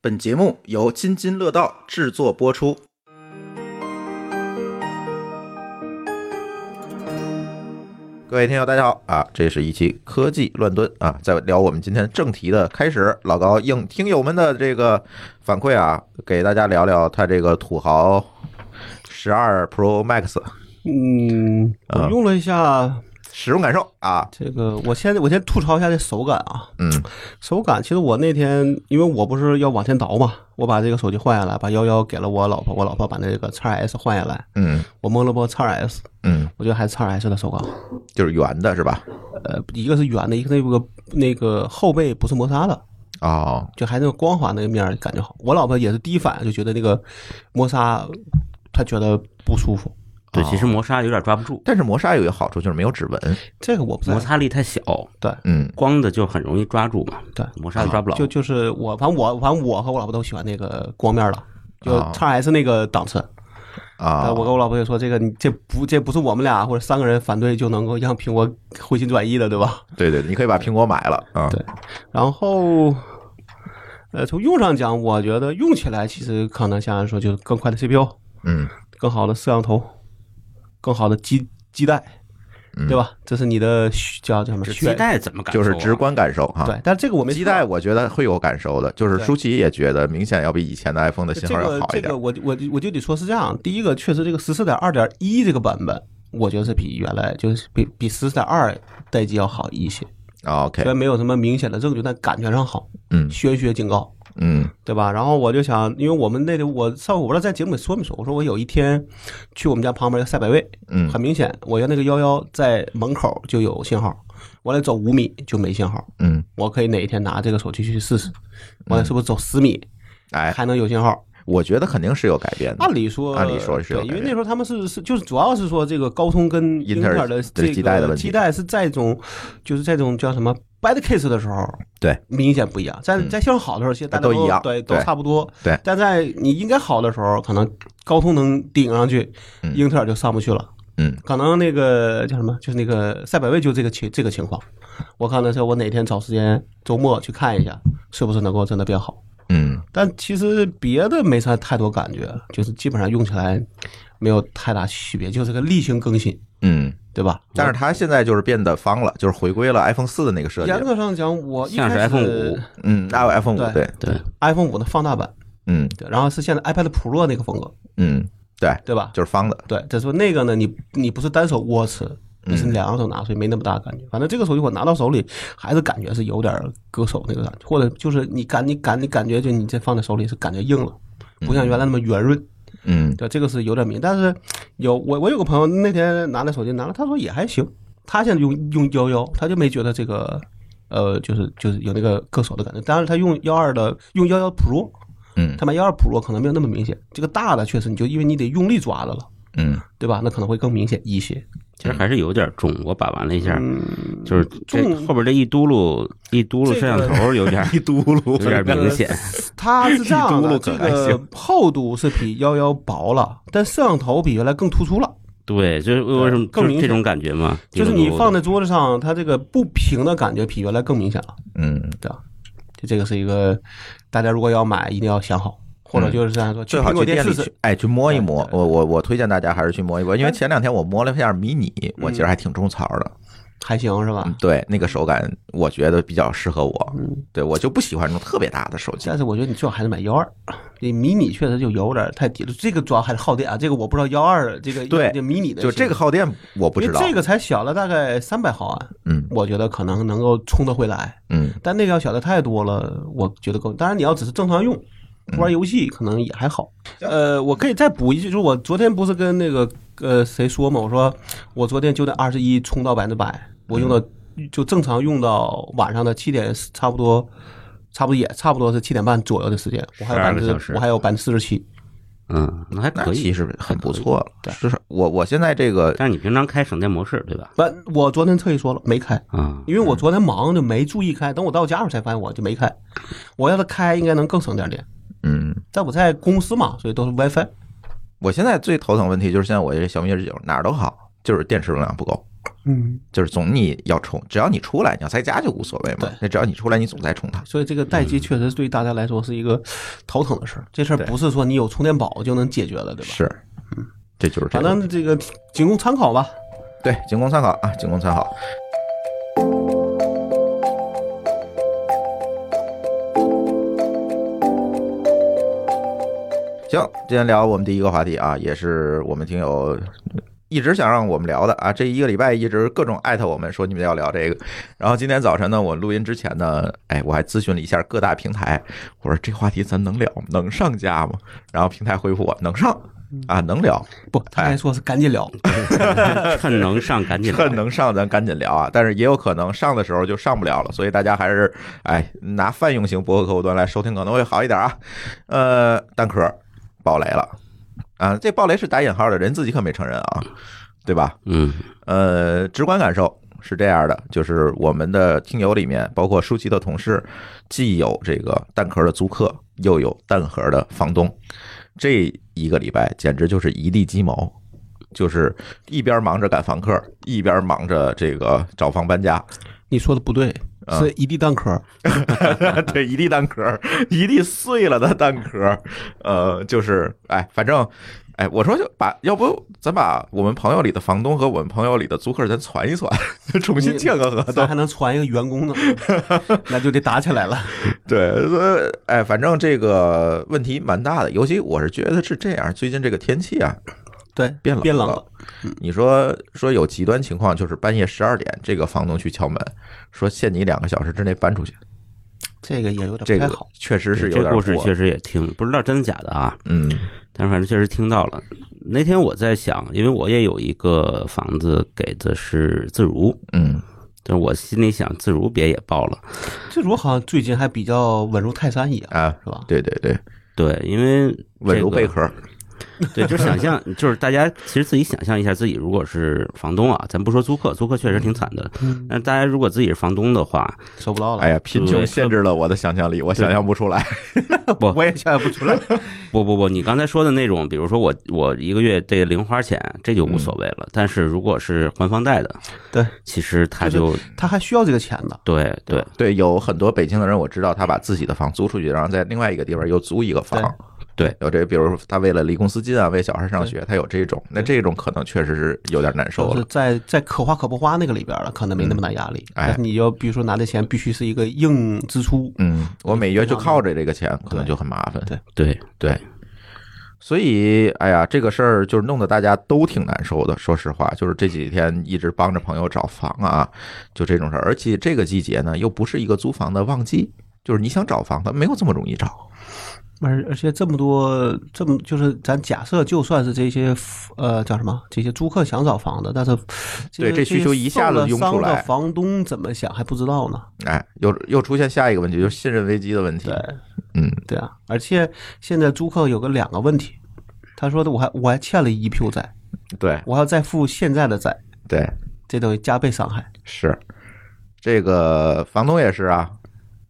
本节目由津津乐道制作播出。各位听友，大家好啊！这是一期科技乱炖啊，在聊我们今天正题的开始，老高应听友们的这个反馈啊，给大家聊聊他这个土豪十二 Pro Max 嗯，啊我用了一下使用感受啊，这个，我先我先吐槽一下这手感啊，嗯手感其实我那天因为我不是要往前倒嘛，我把这个手机换下来，把幺幺给了我老婆，我老婆把那个 x S 换下来，嗯我摸了摸 x S，嗯，我觉得还是 x S 的手感好，就是圆的是吧？呃，一个是圆的，一个那个那个后背不是磨砂的，哦，就还那个光滑那个面儿感觉好。我老婆也是第一反应就觉得那个磨砂，她觉得不舒服，对，哦其实磨砂有点抓不住，但是磨砂有一个好处就是没有指纹，这个我不在摩乎。擦力太小，嗯光的就很容易抓住嘛。对磨砂就抓不牢。就就是我，反正我，反正我和我老婆都喜欢那个光面了，就啊 x S 那个档次。啊，呃但我跟我老婆也说，这个你这不这不是我们俩或者三个人反对就能够让苹果回心转意的，对 吧？对对，你可以把苹果买了啊，对然后，呃，从用上讲，我觉得用起来其实可能相对来说就是更快的 CPU，嗯更好的摄像头，更好的基基带，嗯，对？吧？这是你的需叫叫什么？这选基带怎么感受就啊？是直观感受哈。对，但这个我没基测带我觉得会有感受的，就是对舒淇也觉得明显要比以前的 iPhone 的信号要好一这个、这点个。我我我就得说是这样，第一个确实这个十四点二点一这个版本，我觉得是比原来就是比比十四点二待机要好一些，啊虽 OK，然没有什么明显的证据，但感觉上好，嗯宣学警告，嗯对吧？然后我就想，因为我们那里我上回我不知道在节目里说没说，我说我有一天去我们家旁边一个赛百味，嗯很明显，我原那个幺幺在门口就有信号，完了走五米就没信号，嗯，我可以哪一天拿这个手机去试试，完了是不是走十米哎，还能有信号？我觉得肯定是有改变的按。理嗯说，按理说是有对，因改为那变时候他们是是就是主要是说这个高通跟英英特特尔尔的对这基带的问个题基带是在一种就是在这种叫什么 bad case 的时候，对，明显不一样。在嗯在性能好的时候，其实大家都一样对，对都差不多。对但在你应该好的时候，可能高通能顶上去嗯，英特尔就上不去了。嗯，可能那个叫什么，就是那个赛百味就这个情这个情况。我看的是我哪天找时间周末去看一下，是不是能够真的变好。嗯，但其实别的没啥太多感觉，就是基本上用起来没有太大区别，就是个例行更新，嗯，对吧？但是它现在就是变得方了，就是回归了 iPhone 四的那个设计严了。格上讲，我一像是开 iPhone 始五，嗯，那有 iPhone 五对，对 iPhone 五的放大版，嗯对，然后是现在 iPad Pro 那个风格，嗯，对，对吧？就是方的。对，再说那个呢，你你不是单手握持，你是两个手拿，所以没那么大感觉。反正这个手机我拿到手里，还是感觉是有点割手那个感觉，或者就是你感你感你感觉就你这放在手里是感觉硬了，不像原来那么圆润。嗯对，这个是有点明，但是有我我有个朋友那天拿了手机拿了，他说也还行，他现在用用幺幺，他就没觉得这个呃就是就是有那个割手的感觉，当然他用幺二的用幺幺 Pro，嗯他买幺二 Pro 可能没有那么明显，这个大的确实你就因为你得用力抓的了，嗯对吧？那可能会更明显一些。其实还是有点重。我把玩了一下，就是这嗯重后边这一嘟噜一嘟噜这个摄像头有 点一嘟噜有点明显。它是这样一嘟噜的，可这还行个厚度是比幺幺薄了，但摄像头比原来更突出了。对，就是为什么更就是明显这种感觉嘛？就是你放在在桌子上，它这个不平的感觉比原来更明显了。嗯，就这个是一个，大家如果要买，一定要想好，或者就是这样嗯说，最好苹果去店店试里试去，，哎，去摸一摸对。对我我我推荐大家还是去摸一摸，因为前两天我摸了一下迷你，嗯我其实还挺种草的。还行是吧？嗯，对，那个手感我觉得比较适合我。嗯对我就不喜欢那种特别大的手机。但是我觉得你最好还是买幺二，这迷你确实就有点太低了。这个主要还是耗电啊，这个我不知道幺二这个对这迷你的就这个耗电我不因知为道。这个才小了大概三百毫安，嗯我觉得可能能够充得回来，嗯但那个要小的太多了，我觉得够。当然你要只是正常用，嗯玩游戏可能也还好。呃，我可以再补一句，就是我昨天不是跟那个呃谁说嘛，我说我昨天九点二十一充到百分之百，我用到嗯就正常用到晚上的七点，差不多，差不多也差不多是七点半左右的时间，我还有百12个分小之时我还有百分之四十七，嗯，那还那可以其。实很不错了。对就是我我现在这个但是你平常开省电模式对吧？不，我昨天特意说了没开。 啊，因为我昨天忙就没注意开，等我到家我才发现我就没开。我要是开，应该能更省点电。嗯，但我在公司嘛，所以都是 WiFi。我现在最头疼的问题就是现在我这个小米二九哪儿都好，就是电池容量不够。嗯，就是总你要充，只要你出来，你要在家就无所谓嘛对。那只要你出来，你总在充它。所以这个待机确实对大家来说是一个头疼的事儿。这事儿嗯对不是说你有充电宝就能解决的，对吧？是，嗯这就是这反个问题。正这个仅供参考吧。对，仅供参考啊，仅供参考。行，今天聊我们第一个话题啊，也是我们听友一直想让我们聊的啊，这一个礼拜一直各种艾特我们说你们要聊这个，然后今天早晨呢，我录音之前呢，哎，我还咨询了一下各大平台，我说这话题咱能聊吗？能上架吗？然后平台回复我能上啊，能聊，不，他还说是赶紧聊，趁能上赶紧来趁能上咱赶紧聊啊，但是也有可能上的时候就上不了了，所以大家还是哎拿泛用型博客客户端来收听可能会好一点啊。呃，蛋壳爆雷了啊，这爆雷是打引号的，人自己可没承认啊，对吧？嗯，呃，直观感受是这样的，就是我们的听友里面，包括舒淇的同事，既有这个蛋壳的租客，又有蛋壳的房东，这一个礼拜简直就是一地鸡毛。就是一边忙着赶房客，一边忙着这个找房搬家，你说的不对，啊是一地蛋壳。对，一地蛋壳，一地碎了的蛋壳，呃，就是哎，反正哎，我说就把，要不咱把我们朋友里的房东和我们朋友里的租客咱攒一攒， 重新签个合同咱，还能传一个 员工呢，那就得打起来了。对，呃，哎，反正这个问题蛮大的，尤其我是觉得是这样，最近这个天气啊对，变冷变冷了啊了。你说说有极端情况，就是半夜十二点，这个房东去敲门，说限你两个小时之内搬出去，这个也有点这不太个好。确实是有这点故事过确实也听，不知道真的假的啊，嗯但是反正确实听到了。那天我在想，因为我也有一个房子给的是自如，嗯，但是我心里想自如别也爆了，这如好像最近还比较稳如泰山一样，啊，是吧？对对对，对，因为稳如这个贝壳，对，就想象，就是大家其实自己想象一下，自己如果是房东啊，咱不说租客，租客确实挺惨的。嗯，但是大家如果自己是房东的话，收不到了。哎呀，贫穷限制了我的想象力，我想象不出来，不我也想象不出来，不不不，你刚才说的那种，比如说我我一个月这个零花钱，这就嗯无所谓了。但是如果是还房贷的，对，其实他就就、他还需要这个钱呢。对对对，有很多北京的人，我知道他把自己的房租出去，然后在另外一个地方又租一个房。对对有这，比如他为了离公司近啊，为小孩上学，他有这种，那这种可能确实是有点难受就是了。在在可花可不花那个里边了，可能没那么大压力。哎但是你要比如说拿这钱，必须是一个硬支出。嗯，我每月就靠着这个钱，可能就很麻烦。对对对，所以哎呀，这个事儿就是弄得大家都挺难受的。说实话，就是这几天一直帮着朋友找房啊，就这种事儿。而且这个季节呢，又不是一个租房的旺季，就是你想找房子没有这么容易找。而而且这么多，这么就是咱假设，就算是这些呃叫什么，这些租客想找房子，但是对这需求一下子涌出来受了伤的房东怎么想还不知道呢？哎，又又出现下一个问题，就是信任危机的问题对。嗯，对啊，而且现在租客有个两个问题，他说的我还我还欠了一票债，对我还要再付现在的债，对，这等于加倍伤害。是这个房东也是啊。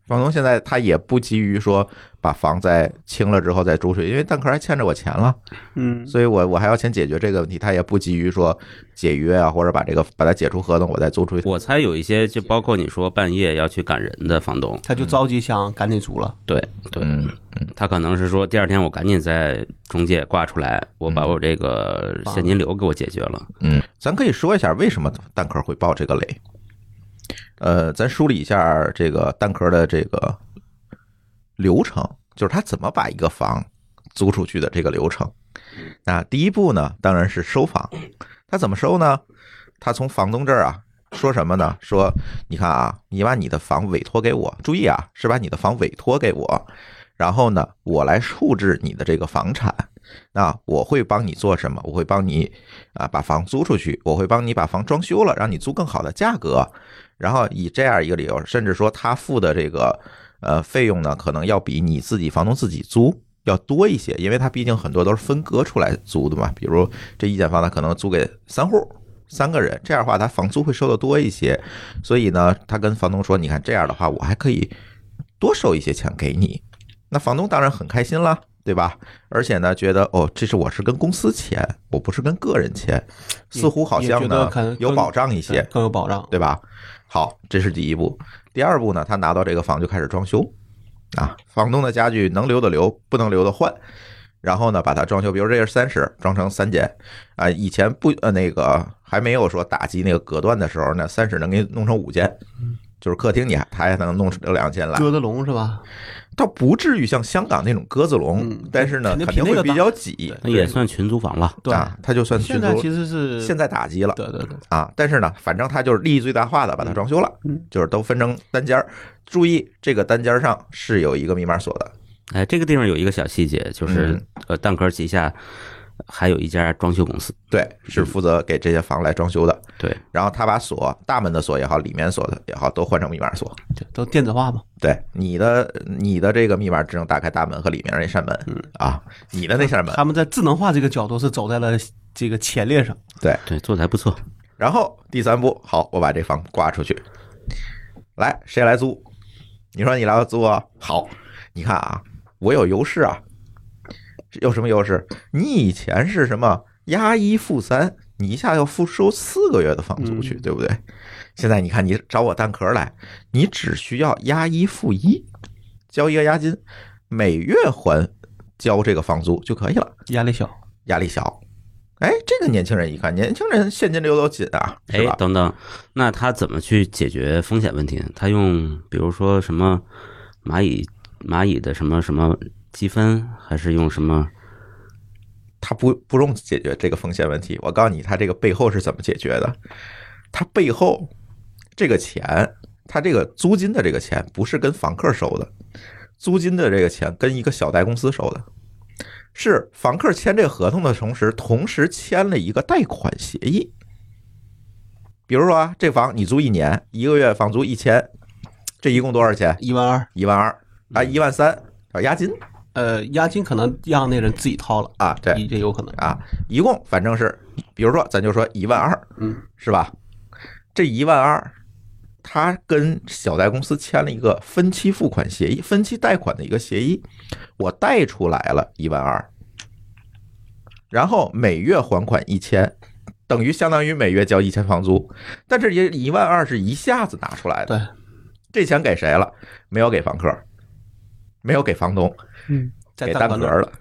房东现在他也不急于说把房再清了之后再租出去，因为蛋壳还欠着我钱了，嗯，所以我我还要先解决这个问题。他也不急于说解约啊，或者把这个把它解除合同，我再租出去。我猜有一些就包括你说半夜要去赶人的房东，他就着急想赶紧租了。对对，嗯，他可能是说第二天我赶紧在中介挂出来，我把我这个现金流给我解决了。嗯，咱可以说一下为什么蛋壳会爆这个雷。呃，咱梳理一下这个蛋壳的这个流程，就是他怎么把一个房租出去的这个流程。那第一步呢，当然是收房。他怎么收呢？他从房东这儿啊，说什么呢？说你看啊，你把你的房委托给我，注意啊，是把你的房委托给我，然后呢，我来处置你的这个房产。那我会帮你做什么？我会帮你啊把房租出去，我会帮你把房装修了，让你租更好的价格。然后以这样一个理由，甚至说他付的这个呃费用呢，可能要比你自己房东自己租要多一些，因为他毕竟很多都是分割出来租的嘛。比如这一间房，他可能租给三户。三个人，这样的话，他房租会收的多一些，所以呢，他跟房东说：“你看，这样的话，我还可以多收一些钱给你。”那房东当然很开心啦，对吧？而且呢，觉得哦，这是我是跟公司钱，我不是跟个人钱，似乎好像也觉得呢可能有保障一对些，更有保障。对吧？好，这是第一步。第二步呢，他拿到这个房就开始装修啊，房东的家具能留的留，不能留的换。然后呢，把它装修，比如这是三十，装成三间，啊，以前不呃那个还没有说打击那个隔断的时候呢，三十能给你弄成五间，嗯就是客厅你还还能弄出两间来，鸽子笼是啊吧？倒不至于像香港那种鸽子笼，嗯但是呢，肯定肯比定那会个比大较挤，那也算群租房吧。对，啊，它就算现群在租其实是现在打击了，对对对，啊，但是呢，反正它就是利益最大化的把它装修了，嗯就是都分成单间儿。注意，这个单间儿上是有一个密码锁的，哎，这个地方有一个小细节，就是嗯呃，蛋壳旗下还有一家装修公司。对，嗯是负责给这些房来装修的。对，然后他把锁，大门的锁也好，里面锁的也好，都换成密码锁。对都电子化嘛。对，你的你的这个密码只能打开大门和里面那扇门嗯啊，你的那扇门。他们在智能化这个角度是走在了这个前列上。对，做的还不错。然后第三步，好，我把这房挂出去，来，谁来租？你说你来租啊？好，你看啊，我有优势啊，有什么优势？你以前是什么押一付三，你一下要付收四个月的房租去，嗯对不对？现在你看，你找我蛋壳来，你只需要押一付一，交一个押金，每月还交这个房租就可以了。压力小，压力小。哎，这个年轻人一看，年轻人现金流都紧啊，哎是吧，？等等，那他怎么去解决风险问题呢？他用比如说什么蚂蚁蚂蚁的什么什么积分，还是用什么？他不不用解决这个风险问题。我告诉你，他这个背后是怎么解决的？他背后这个钱，他这个租金的这个钱不是跟房客收的，租金的这个钱跟一个小贷公司收的，是房客签这个合同的同时，同时签了一个贷款协议。比如说啊，这房你租一年，一个月房租一千，这一共多少钱？一万二，一万二啊，嗯一万三啊，押金呃，押金可能让那人自己掏了，啊，对也有可能。啊，一共反正是，比如说咱就说一万二，嗯，是吧？这一万二，他跟小贷公司签了一个分期付款协议、分期贷款的一个协议，我贷出来了一万二，然后每月还款一千。等于相当于每月交一千房租，但是也一万二是一下子拿出来的，对，这钱给谁了？没有给房客，没有给房东，嗯，在给蛋蛋壳壳那儿，了。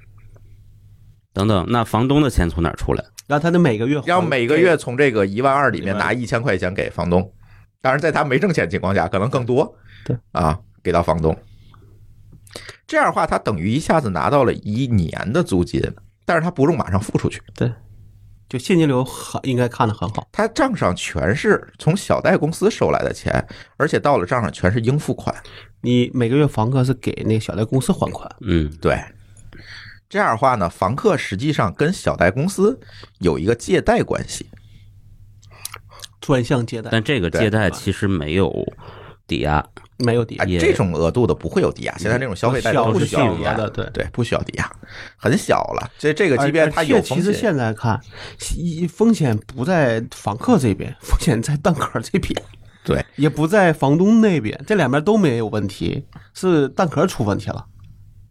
等等，那房东的钱从哪儿出来？让他的每个月还要每个月从这个一万二里面拿一千块钱给房东，当然在他没挣钱情况下，可能更多。对啊，给到房东。这样的话，他等于一下子拿到了一年的租金，但是他不用马上付出去，就现金流很应该看得很好。他账上全是从小贷公司收来的钱，而且到了账上全是应付款。你每个月房客是给那个小贷公司还款，嗯，对，这样的话呢，房客实际上跟小贷公司有一个借贷关系。专项借贷但这个对借贷其实没有抵押，没有抵啊，押，也这种额度的不会有抵押，现在这种消费贷小款不是需要小抵额押的对对，不需要抵押，很小了。这这个即便它而有且风其实险，现在看，一风险不在房客这边，风险在蛋壳这边，对，也不在房东那边，这两边都没有问题，是蛋壳出问题了。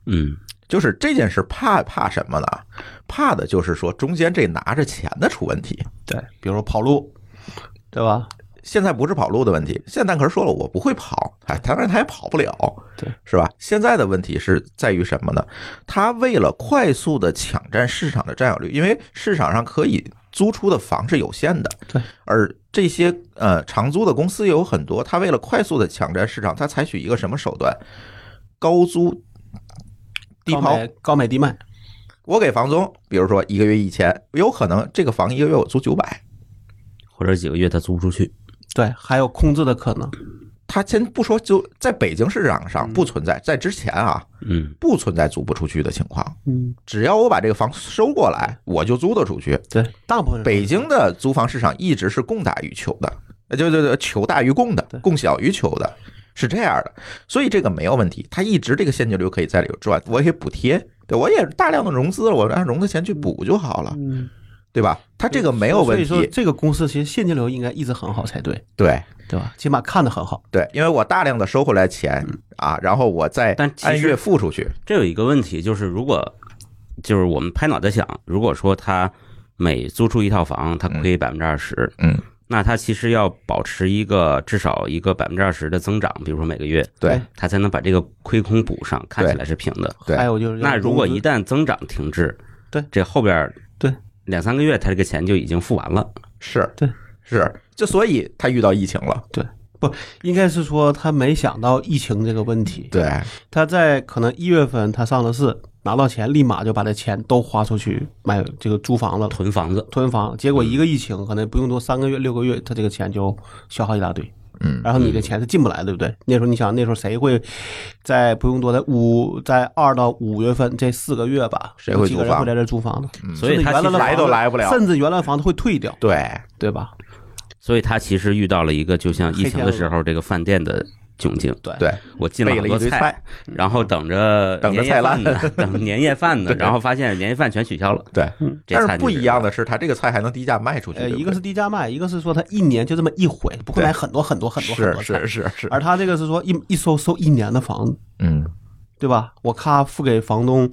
嗯，就是这件事怕怕什么呢？怕的就是说中间这拿着钱的出问题。对，比如说跑路，对吧？现在不是跑路的问题，现在蛋壳说了我不会跑，哎，当然他也跑不了，对，是吧？现在的问题是在于什么呢？他为了快速的抢占市场的占有率，因为市场上可以租出的房是有限的，对，而这些呃长租的公司有很多，他为了快速的抢占市场，他采取一个什么手段？高租低高抛，买高买低卖，我给房东，比如说一个月一千，有可能这个房一个月我租九百，或者几个月他租不出去，对，还有空置的可能。他先不说，就在北京市场嗯上不存在，在之前啊嗯，不存在租不出去的情况。嗯，只要我把这个房收过来，我就租得出去。对，大部分人北京的租房市场一直是供大于求的，呃，就就就求大于供的对，供小于求的，是这样的。所以这个没有问题，它一直这个现金流可以在里头赚，我也可以补贴，对我也是大量的融资了，我按融的钱去补就好了，嗯，对吧？它这个没有问所以说题，这个公司其实现金流应该一直很好才对，对。对吧？起码看得很好。对，因为我大嗯量的收回来钱啊，然后我再但其按实月付出去。这有一个问题就是，如果就是我们拍脑袋想，如果说他每租出一套房，他亏百分之二十，嗯，那他其实要保持一个至少一个百分之二十的增长，比如说每个月，对他才能把这个亏空补上，看起来是平的。对哎还有就是要那如果融一资旦增长停滞，对这后边儿对两三个月，他这个钱就已经付完了。是，对，是，就所以他遇到疫情了，应该是说他没想到疫情这个问题，对，他在可能一月份他上了市，拿到钱立马就把这钱都花出去买这个租房子了。囤房子，囤房，结嗯果一个疫情，可能不用多三个月、六个月，他这个钱就消耗一大堆。嗯，然后你的钱是进不来，对不对？那时候你想，那时候谁会在不用多在五在二到五月份这四个月吧，谁会有几个租人房嗯会在这儿租房呢？所以甚至他原其来来的房实都子来不了甚至原来房子会退掉，对，对吧？所以他其实遇到了一个就像疫情的时黑天候这个饭店的窘境。对对，我进了备好了一多堆菜，菜，然后等着等着年夜菜烂饭呢， 等年夜饭呢，对然后发现年夜饭全取消了。对，嗯这但菜是就不一样的是，他这个菜还能低价卖出去，呃，对不一个对是低价卖，一个是说他一年就这么一回，不会对买很多很多很多很多是菜是。是是，而他这个是说一一收收一年的房子，嗯，对吧？我咔付给房东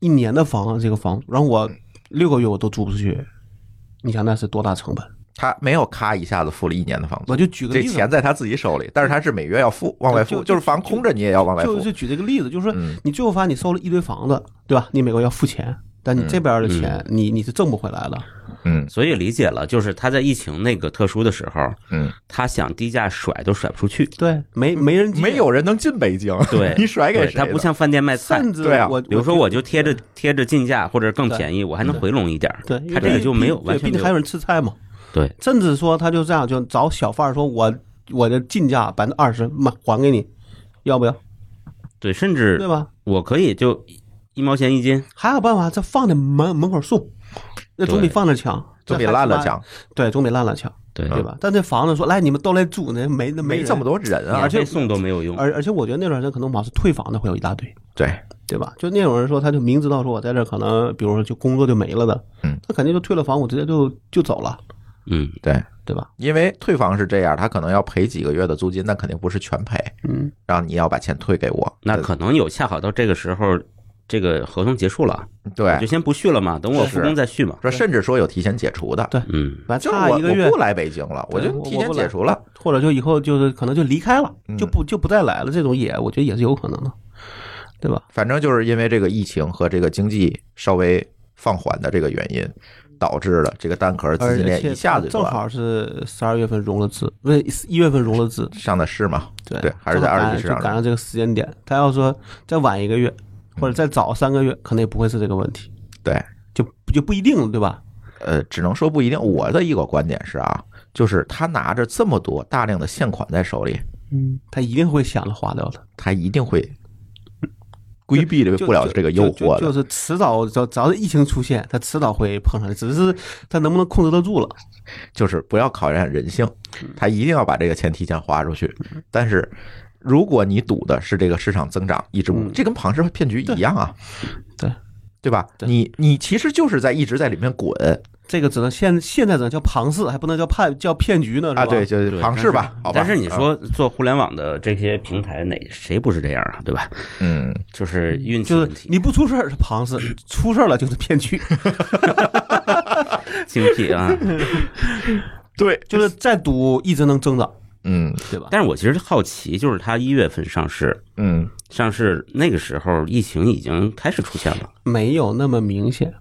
一年的房这个房租，然后我六个月我都租不出去，你想那是多大成本？他没有咔一下子付了一年的房租我。就举个这例子吧，钱在他自己手里，但是他是每月要付，往外付，就就是房空着你也要往外就付，就举这个例子，就是说嗯你最后发现你收了一堆房子，对吧？你每个月要付钱，但你这边的钱你你是挣不回来了，嗯所以理解了，就是他在疫情那个特殊的时候，嗯，他想低价甩都甩不出去。对，没没人接没，有人能进北京，对 你甩给对，谁他呢？不像饭店卖菜，甚至对啊我比如说我就贴着贴着进价或者更便宜，我还能回笼一点儿。对，因为他这个毕就没有对完全毕没竟还有有。人吃菜嘛，对，甚至说他就这样就找小贩儿说我我的进价百分之二十卖还给你，要不要？对，甚至对吧？我可以就一毛钱一斤，还有办法，这放在门门口送，那总比对放着强，总比这还烂是了吧强，对，总比烂了强，对对吧？但这房子说来你们都来住，那没那没人这么。多人啊免，费送都没有用。而而且我觉得那种人可能往是退房的会有一大堆，对，对吧？就那种人说，他就明知道说我在这儿可能，比如说就工作就没了的，嗯，他肯定就退了房，我直接就就走了，嗯，对，对吧？因为退房是这样，他可能要赔几个月的租金，但肯定不是全赔，嗯，让你要把钱退给我。那可能有恰好到这个时候，这个合同结束了，哎我就对，先不续了嘛，等我是复工再续嘛。说甚至说有提前解除的，对嗯，完就是差我一个月我不来北京了，我对就我提我前不解来除了。或者就以后就是可能就离开了，嗯就不就不再来了，这种也我觉得也是有可能的，对吧？反正就是因为这个疫情和这个经济稍微放缓的这个原因，导致了这个蛋壳资而金链且一下子就正断了好是十二月份融了资，不是一月份融了资，上的市嘛，对对还是在正好赶21市场上就赶上这个时间点。他要说再晚一个月，或者嗯再早三个月，可能也不会是这个问题，对，就就不一定了，对吧？呃，只能说不一定。我的一个观点是啊，就是他拿着这么多大量的现款在手里，嗯，他一定会想着花掉的，他一定会规避就不了这个诱惑就就的。就是迟早，只要只要是疫情出现，他迟早会碰上的，只是他能不能控制得住了。就是不要考验人性，他一定要把这个钱提前花出去。但是，如果你赌的是这个市场增长一直不，嗯这跟庞氏骗局一样啊，对，对吧？对你你其实就是在一直在里面滚这个只能现现在只能叫庞氏，还不能叫判叫骗局呢，是吧？啊，对，就是对庞氏吧，好吧。但是你啊，说嗯做互联网的这些平台，哪谁不是这样啊？对吧？嗯，就是运气就问是题，你不出事儿是庞氏，出事儿了就是骗局，精 辟啊。对，就是再赌一直能增长，嗯对吧？但是我其实好奇，就是它一月份上市，嗯，上市那个时候疫情已经开始出现了。没有那么明显，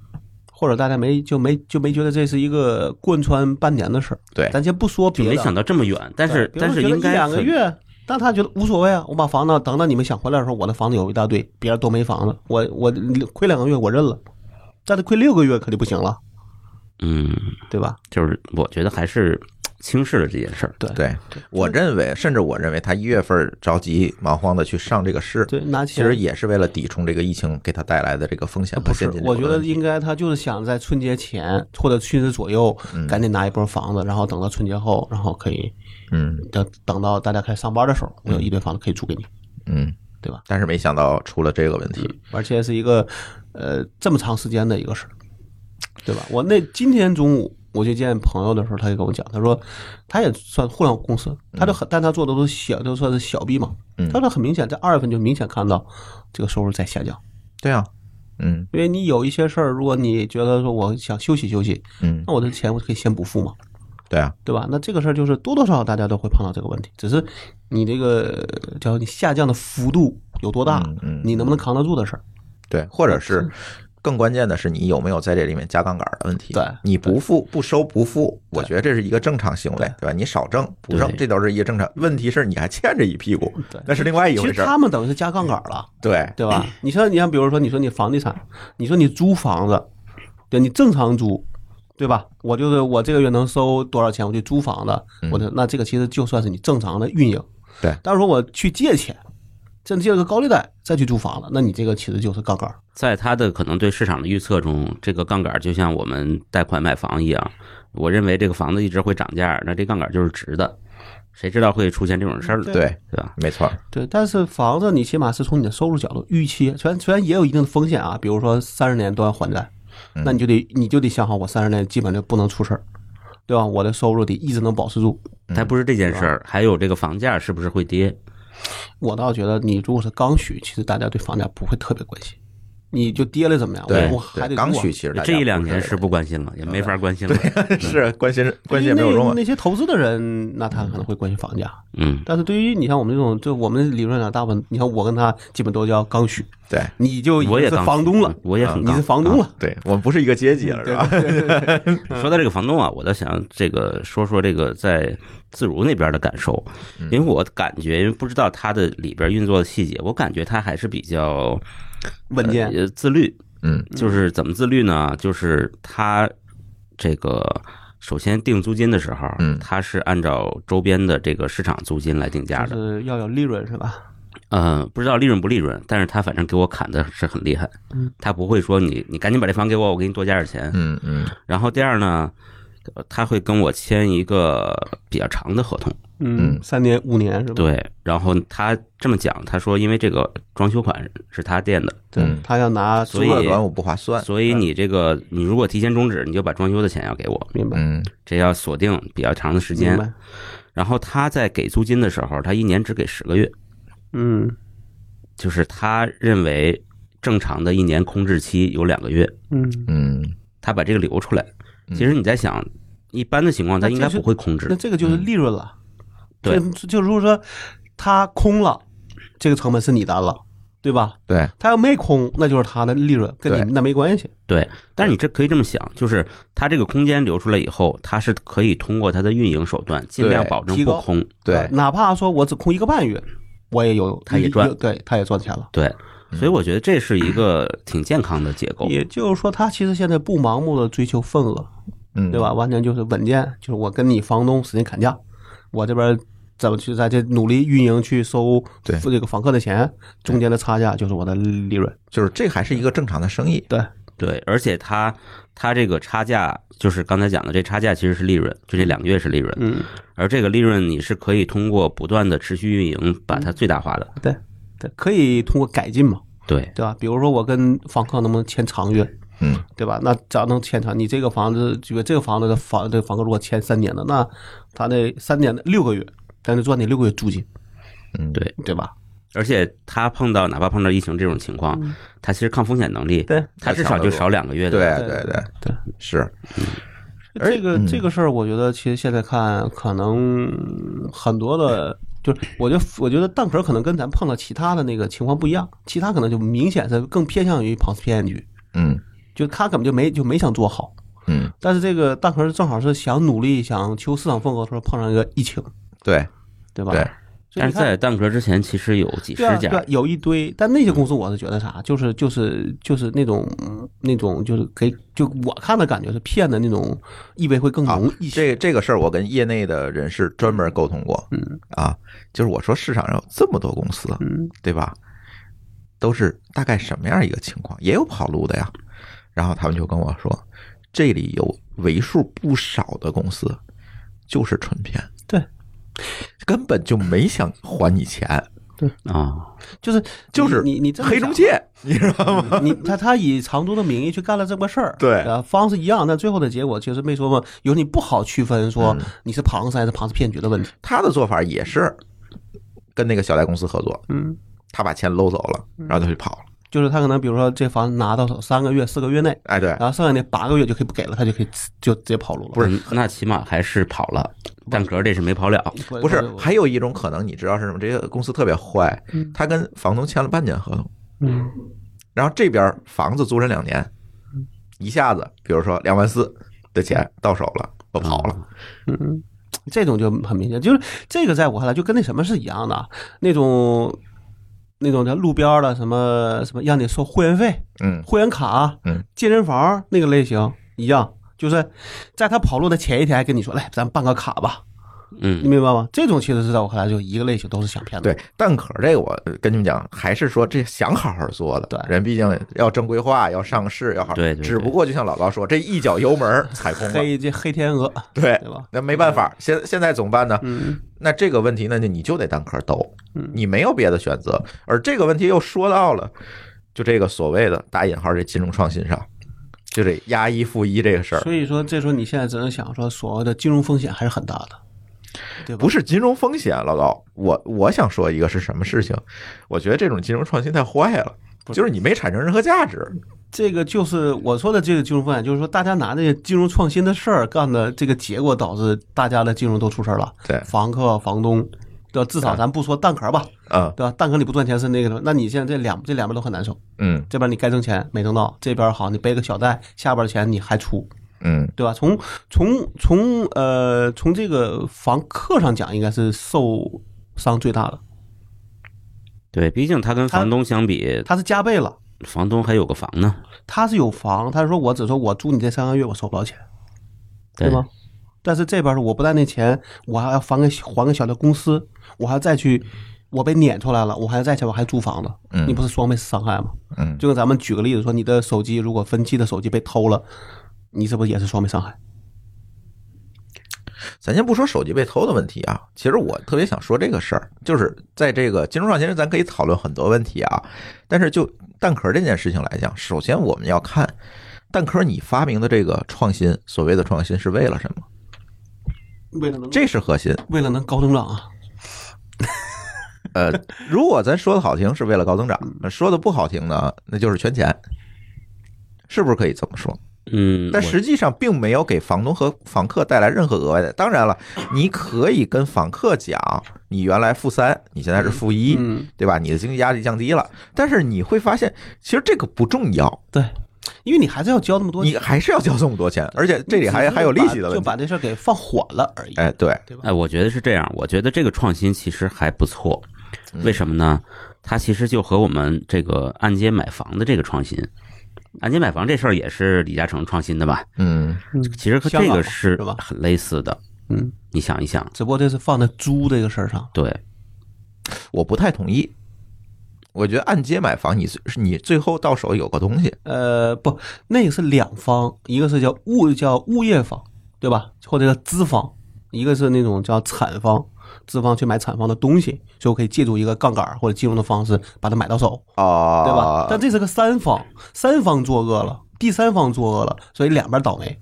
或者大家没就没就没觉得这是一个贯穿半年的事儿。对咱先不说哎就别的，啊没想到这么远，但是对比如但说是觉得应该一两个很月，但他觉得无所谓啊。我把房子等到你们想回来的时候，我的房子有一大堆，别人都没房子，我我亏两个月我认了，但是亏六个月可就不行了，嗯，对吧？就是我觉得还是轻视了这件事儿。对，我认为，甚至我认为他一月份着急忙慌的去上这个市，对，拿其钱实也是为了抵冲这个疫情给他带来的这个风险和呃不是现金，流我的觉得问题应该他就是想在春节前或者春节左右嗯赶紧拿一波房子，然后等到春节后，然后可以嗯等等到大家开始上班的时候，我有一堆房子可以租给你，嗯，对吧？但是没想到出了这个问题，而且是一个呃这么长时间的一个事儿，对吧？我那今天中午我去见朋友的时候，他就跟我讲，他说他也算互联网公司，他就很，但他做的都是小，都算是小币嘛。嗯他说很明显，在二月份就明显看到这个收入在下降，对啊，嗯因为你有一些事儿，如果你觉得说我想休息休息，嗯，那我的钱我可以先不付嘛，对啊，对吧？那这个事儿就是多多少少大家都会碰到这个问题，只是你这个叫你下降的幅度有多大，嗯嗯你能不嗯能扛得住的事儿。对，或者是更关键的是你有没有在这里面加杠杆的问题。对你不付不收不付，我觉得这是一个正常行为，对吧？你少挣不挣，对这都是一个正常。问题是你还欠着一屁股，对那是另外一其回实事儿。他们等于是加杠杆 了，对对吧？你像你像比如说，你说你房地产，你说你租房子，对你正常租，对吧？我就是我这个月能收多少钱，我去租房子，我的那这个其实就算是你正常的运营。嗯对但是说我去借钱，这借了个高利贷再去租房子，那你这个其实就是杠杆。在他的可能对市场的预测中，这个杠杆就像我们贷款买房一样，我认为这个房子一直会涨价，那这杠杆就是值的，谁知道会出现这种事儿呢？对对，对吧？没错儿，对，但是房子你起码是从你的收入角度预期，虽然虽然也有一定的风险啊，比如嗯说三十年都要还债，那你就得你就得想好，我三十年基本就不能出事儿，对吧？我的收入得一直能保持住。但不是这件事嗯儿，还有这个房价是不是会跌？我倒觉得你如果是刚需，其实大家对房价不会特别关心，你就跌了怎么样？对我我还得对，刚做需其实大家这一两不年是 是不关心了，也没法关心了。是关心关心也没有因为用啊那。那些投资的人，那他可能会关心房价，嗯，但是对于你像我们这种，就我们理论上大部分，你看我跟他基本都叫刚需，对你 就已我经也是刚房东了，啊我也很嗯你刚是房东了，对，我们不是一个阶级了，是吧？说到这个房东啊，我倒想这个说说这个在自如那边的感受，嗯因为我感觉因为不知道他的里边运作的细节，我感觉他还是比较稳健，呃自律， 嗯，就是怎么自律呢？就是他这个首先定租金的时候，嗯他是按照周边的这个市场租金来定价就的，是要有利润是吧？呃，不知道利润不利润，但是他反正给我砍的是很厉害，他不会说你你赶紧把这房给我，我给你多加点钱，嗯嗯然后第二呢，呃他会跟我签一个比较长的合同，嗯，三年五年是吧？对。然后他这么讲，他说因为这个装修款是他垫的，嗯对，他要拿所以租了管我不划算，所以你这个你如果提前终止，你就把装修的钱要给我，明白嗯这要锁定比较长的时明间。白，然后他在给租金的时候，他一年只给十个月，嗯就是他认为正常的一年空置期有两个月，嗯。嗯，他把这个留出来。其实你在想，一般的情况他应该不会空置那，这个就是利润了。对就，就如果说他空了，这个成本是你担了，对吧？对，他要没空，那就是他的利润，跟你对那没关系。对，但是你这可以这么想，就是它这个空间留出来以后，它是可以通过它的运营手段，尽量对保证提不高空。对，哪怕说我只空一个半月，我也有，他也赚有对，他也赚钱了。对，所以我觉得这是一个挺健康的结构。也就是说，他其实现在不盲目的追求份额，嗯，对吧？？完全就是稳健，就是我跟你房东使劲砍价，我这边怎么去在这努力运营去收对这个房客的钱，中间的差价就是我的利润。就是这还是一个正常的生意，对，对，而且它它这个差价，就是刚才讲的这差价其实是利润，就这两个月是利润，嗯，而这个利润你是可以通过不断的持续运营把嗯它最大化的。对对，可以通过改进嘛，对，对吧？比如说我跟房客能不能签长约，嗯，对吧？那只要能签长，你这个房子，这个这个房子的房这个房客如果签三年的，那他那三年的六个月，咱就赚你六个月租金，嗯对对吧？而且它碰到哪怕碰到疫情这种情况，嗯它其实抗风险能力，对它至少就少两个月对的。对哎对呃对，是，这个这个事儿，我觉得其实现在看，可能很多的，就是我觉得我觉得蛋壳可能跟咱碰到其他的那个情况不一样，其他可能就明显是更偏向于庞氏骗局，嗯就他根本就没就没想做好，嗯，但是这个蛋壳正好是想努力想求市场份额的时候碰上一个疫情，对对吧？对，所以但你是在看。蛋壳之前，其实有几十对啊，对家啊，有一堆，但那些公司我是觉得啥，就是就是就是那种嗯那种就是给就我看的感觉是骗的那种意味会更浓一些。啊这这个事儿，我跟业内的人士专门沟通过，嗯啊，就是我说市场上有这么多公司，嗯，对吧？都是大概什么样一个情况？也有跑路的呀。然后他们就跟我说，这里有为数不少的公司就是纯骗，对，根本就没想还你钱，啊，就是就是你你黑中，介，你知道吗？你这么想你他他以长租的名义去干了这个事儿， 对啊，方式一样，但最后的结果其实没说嘛，有你不好区分说嗯你是庞氏还是庞氏骗局的问题。他的做法也是跟那个小贷公司合作，嗯，他把钱搂走了，然后他就跑了。就是他可能比如说这房子拿到手三个月、四个月内，哎，对，然后剩下那八个月就可以不给了，他就可以就直接跑路了。不是嗯，那起码还是跑了，但格儿这是没跑了。不是，我还有一种可能，你知道是什么？这些公司特别坏，他跟房东签了半年合同，嗯，然后这边房子租人两年，一下子，比如说两万四的钱到手了，我跑了，嗯，这种就很明显，就是这个在我看来就跟那什么是一样的，那种那种叫路边儿的什么什么让你收会员费、嗯会员卡、嗯、健身房那个类型一样，就是在他跑路的前一天还跟你说，来哎咱办个卡吧，你嗯，明白吗？这种其实是在我看来就一个类型，都是想骗的。对，蛋壳这个我呃跟你们讲，还是说这想好好做的，对人毕竟要正规化，要上市，要好，对对对只不过就像老高说，这一脚油门儿踩空了， 黑这黑天鹅，对对，吧？那没办法，现现在怎么办呢？嗯，那这个问题呢，那你就得单壳兜嗯，你没有别的选择。而这个问题又说到了，就这个所谓的打引号这金融创新上，就这押一付一这个事儿，所以说这时候你现在只能想说，所谓的金融风险还是很大的，对吧？不是金融风险，老高，我我想说一个是什么事情？我觉得这种金融创新太坏了，不是就是你没产生任何价值。这个就是我说的这个金融风险，就是说大家拿这些金融创新的事儿干的这个结果，导致大家的金融都出事儿了。对房客、房东，对吧？至少咱不说蛋壳吧，嗯对吧？蛋壳你不赚钱是那个什么，那你现在这两这两边都很难受。嗯这边你该挣钱没挣到，这边好你背个小贷，下边钱你还出，嗯，对吧？从从从呃从这个房客上讲，应该是受伤最大的，对，毕竟他跟他房东相比，他是加倍了。房东还有个房呢，他是有房，他说我只说我租你这三个月，我收不到钱。对对吗？但是这边儿是我不但那钱，我还要还给还给小的公司，我还要再去，我被撵出来了，我还要再去，我还租房子，嗯你不是双倍伤害吗？嗯就跟咱们举个例子说，你的手机如果分期的手机被偷了，你是不是也是双倍伤害？咱先不说手机被偷的问题啊，其实我特别想说这个事儿，就是在这个金融创新，咱可以讨论很多问题啊。但是就蛋壳这件事情来讲，首先我们要看蛋壳你发明的这个创新，所谓的创新是为了什么？为了能这是核心。为了能高增长啊，呃，如果咱说的好听，是为了高增长；说的不好听呢，那就是圈钱，是不是可以这么说？嗯，但我实际上并没有给房东和房客带来任何额外的。当然了，你可以跟房客讲，你原来负三，你现在是负一，嗯，对吧？你的经济压力降低了，但是你会发现，其实这个不重要，对，因为你还是要交那么多你钱，还是要交这么多钱，而且这里还你只是还有利息的把问就题。把这事儿给放缓了而已。哎，对，哎，我觉得是这样。我觉得这个创新其实还不错，为什么呢？它其实就和我们这个按揭买房的这个创新，按揭买房这事儿也是李嘉诚创新的吧？嗯其实和香这港个嘛是是吧很类似的。嗯，你想一想，只不过这是放在租这个事儿上，对，我不太同意。我觉得按揭买房，你最是你最后到手有个东西，呃，不，那个是两方，一个是叫物叫物业方，对吧？或者叫资方，一个是那种叫产方，资方去买产方的东西，所以我可以借助一个杠杆儿或者金融的方式把它买到手，哦，啊对吧？但这是个三方，三方作恶了，第三方作恶了，所以两边倒霉。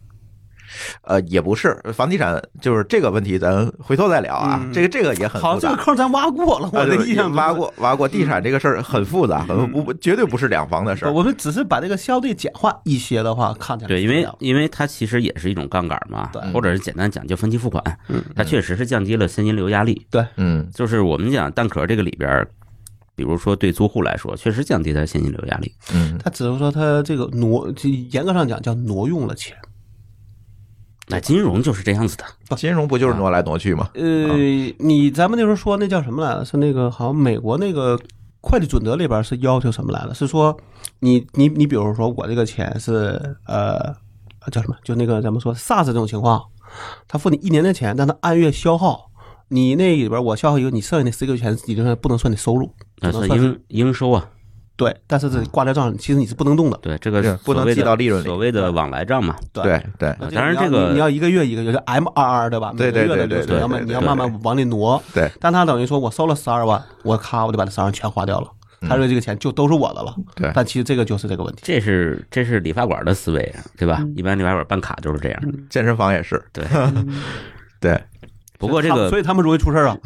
呃，也不是房地产，就是这个问题，咱回头再聊啊。嗯这个这个也很好，复这杂个。坑咱挖过了，我啊的对印象中挖。过挖过地嗯产这个事儿很复杂，很不不绝对不是两房的事儿。我们只是把这个相对简化一些的话，看起来对，是因这为样因为它其实也是一种杠杆嘛对，或者是简单讲就分期付款嗯，它确实是降低了现金流压力。嗯，就是我们讲蛋壳这个里边儿，比如说对租户来说，确实降低它现金流压力。嗯，他只是说他这个挪，就严格上讲叫挪用了钱。那金融就是这样子的，金融不啊就是挪来挪去吗？呃，啊你咱们那时候说那叫什么来着？是那个呃好像美国那个会计准则里边是要求什么来着？是说你你你，比如说我这个钱是呃叫什么？就那个咱们说 SARS 这种情况，他付你一年的钱，但他按月消耗。你那里边我消耗一个，你剩下那十个月钱理论上不能算你收入，只那能算算是应应收啊，对，但是这挂在账上，其实你是不能动的。对，这个是不能所谓记的到利润里所谓的往来账嘛，对对啊那当然你要这个你你要一个月一个月，就 M 二二对吧？对每个对月的对对对流水你要慢对你要慢慢往里挪。对，但他等于说我收了十二万，我咔我就把这十二万全花掉了，他说这个钱就都是我的了。嗯对但其实这个就是这个问题。这是这是理发馆的思啊维，对吧？一般理发馆办卡就是这样。健身房也是，对 对，不过这他们所个以他们容易出事儿啊。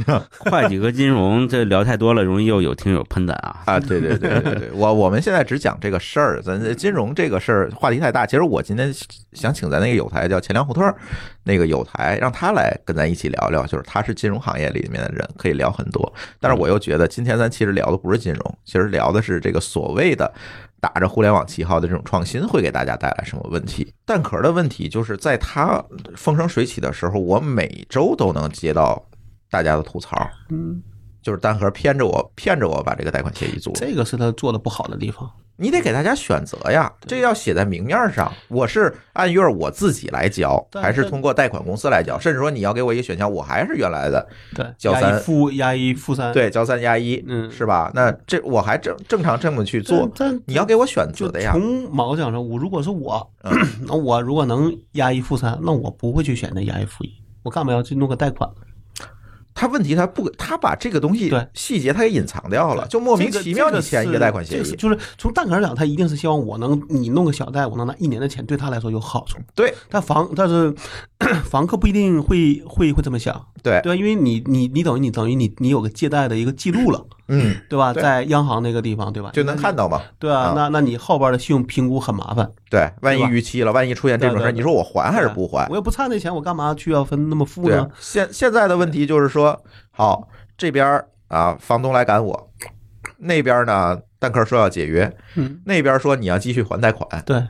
会计和金融这聊太多了，容易又有听友喷咱啊。啊，对对对对对，我我们现在只讲这个事儿，咱金融这个事儿话题太大。其实我今天想请咱那个友台叫钱粮胡同儿那个友台，让他来跟咱一起聊聊，就是他是金融行业里面的人，可以聊很多。但是我又觉得今天咱其实聊的不是金融，其实聊的是这个所谓的打着互联网旗号的这种创新会给大家带来什么问题？蛋壳的问题就是在它风生水起的时候，我每周都能接到大家的吐槽，嗯，就是蛋壳骗着我，骗着我把这个贷款协议做了。这个是他做的不好的地方。你得给大家选择呀，这要写在明面上。我是按月我自己来交，但还是通过贷款公司来交？甚至说你要给我一个选项，我还是原来的，对，交压三一负压一负三，，对，交三加一，嗯是吧？那这我还正正常这么去做，但但你要给我选择就的呀。嗯从毛讲上，我如果是我，那我如果能压一负三，那我不会去选择压一负一，我干嘛要去弄个贷款？他问题他不，他把这个东西对细节他给隐藏掉了，就莫名其妙你这个签一个贷款协这个是议，就是从蛋壳上讲，他一定是希望我能你弄个小贷，我能拿一年的钱，对他来说有好处。对但房但是 房客不一定会会会这么想，对，哎对吧？因为你你你等于你等于你你有个借贷的一个记录了，嗯，对吧？对在央行那个地方，对吧？就能看到嘛。对啊啊，那那你后边的信用评估很麻烦，对，万一对吧逾期了，万一出现这种事儿，对对对你说我还还是不哎还？我又不差那钱，我干嘛去要分那么负对啊呢？，现现在的问题就是说，好这边儿啊，房东来赶我，那边儿呢，蛋壳说要解约，嗯，那边儿说你要继续还贷款，对，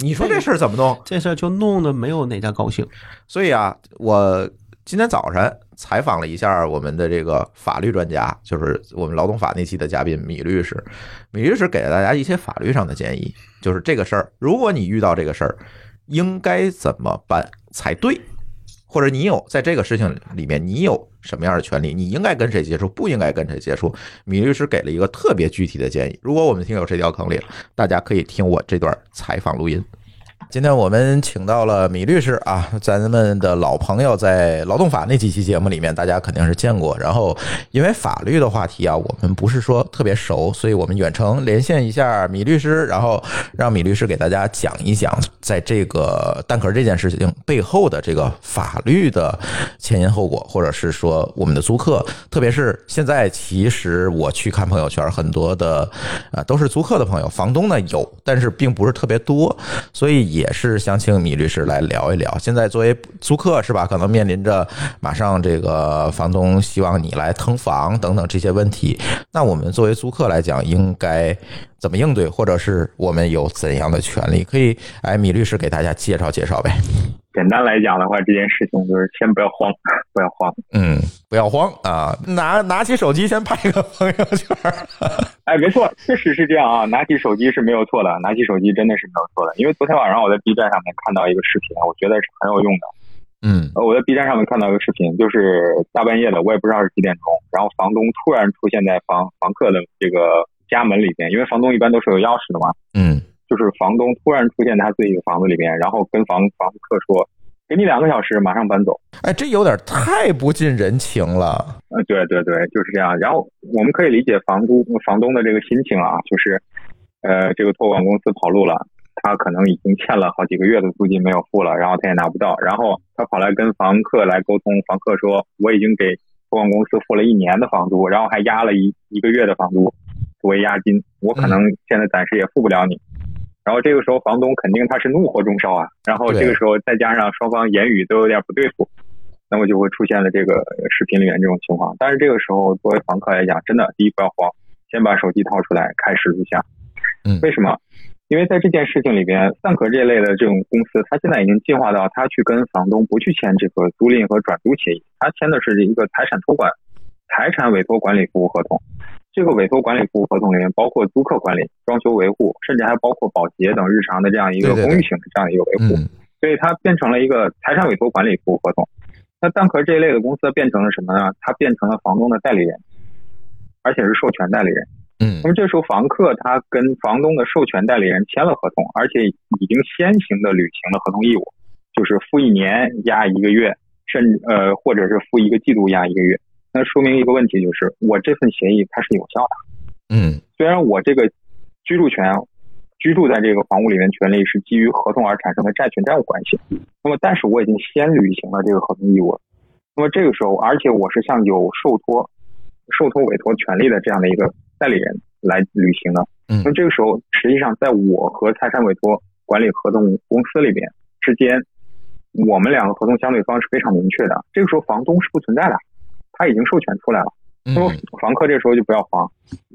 你说这事儿怎么弄？这事儿就弄得没有哪家高兴。所以啊，我今天早晨采访了一下我们的这个法律专家，就是我们劳动法那期的嘉宾米律师，米律师给了大家一些法律上的建议，就是这个事儿，如果你遇到这个事儿，应该怎么办才对？或者你有在这个事情里面，你有什么样的权利？你应该跟谁接触，不应该跟谁接触？米律师给了一个特别具体的建议。如果我们听友这条坑里了，大家可以听我这段采访录音。今天我们请到了米律师啊，咱们的老朋友，在劳动法那几期节目里面，大家肯定是见过。然后，因为法律的话题啊，我们不是说特别熟，所以我们远程连线一下米律师，然后让米律师给大家讲一讲，在这个蛋壳这件事情背后的这个法律的前因后果，或者是说我们的租客，特别是现在，其实我去看朋友圈，很多的啊都是租客的朋友，房东呢有，但是并不是特别多，所以也是想请米律师来聊一聊。现在作为租客是吧，可能面临着马上这个房东希望你来腾房等等这些问题，那我们作为租客来讲，应该怎么应对，或者是我们有怎样的权利？可以，哎，米律师给大家介绍介绍呗。简单来讲的话，这件事情就是先不要慌， 不要慌。嗯，不要慌啊，拿拿起手机先拍个朋友圈儿。哎，没错，确实是这样啊。拿起手机是没有错的，拿起手机真的是没有错的。因为昨天晚上我在 B 站上面看到一个视频，我觉得是很有用的。嗯呃，我在 B 站上面看到一个视频，就是大半夜的，我也不知道是几点钟，然后房东突然出现在房房客的这个家门里边，因为房东一般都是有钥匙的嘛，嗯就是房东突然出现在他自己的房子里边，然后跟房房客说：“给你两个小时，马上搬走。”哎，这有点太不近人情了。呃，对对对，就是这样。然后我们可以理解房租房东的这个心情啊，就是，呃，这个托管公司跑路了，他可能已经欠了好几个月的租金没有付了，然后他也拿不到，然后他跑来跟房客来沟通，房客说我已经给托管公司付了一年的房租，然后还押了一一个月的房租作为押金，我可能现在暂时也付不了你。然后这个时候，房东肯定他是怒火中烧啊。然后这对个时候，再加上双方言语都有点不对付，那么就会出现了这个视频里面这种情况。但是这个时候，作为房客来讲，真的第一不要慌，先把手机掏出来开始录像。嗯为什么？因为在这件事情里边，蛋壳这类的这种公司，它现在已经进化到它去跟房东不去签这个租赁和转租协议，它签的是一个财产托管、财产委托管理服务合同。这个委托管理服务合同里面包括租客管理、装修维护，甚至还包括保洁等日常的这样一个对对对公寓型的这样一个维护。嗯所以它变成了一个财产委托管理服务合同。那蛋壳这一类的公司变成了什么呢？它变成了房东的代理人，而且是授权代理人。嗯那么这时候房客他跟房东的授权代理人签了合同，而且已经先行的履行了合同义务，就是付一年押一个月，甚至呃或者是付一个季度押一个月。那说明一个问题就是，我这份协议它是有效的。嗯虽然我这个居住权、居住在这个房屋里面权利是基于合同而产生的债权债务关系，那么但是我已经先履行了这个合同义务，那么这个时候，而且我是向有受托、受托委托权利的这样的一个代理人来履行的。嗯那么这个时候，实际上在我和财产委托管理合同公司里边之间，我们两个合同相对方是非常明确的。这个时候，房东是不存在的，他已经授权出来了。嗯那么房客这时候就不要慌，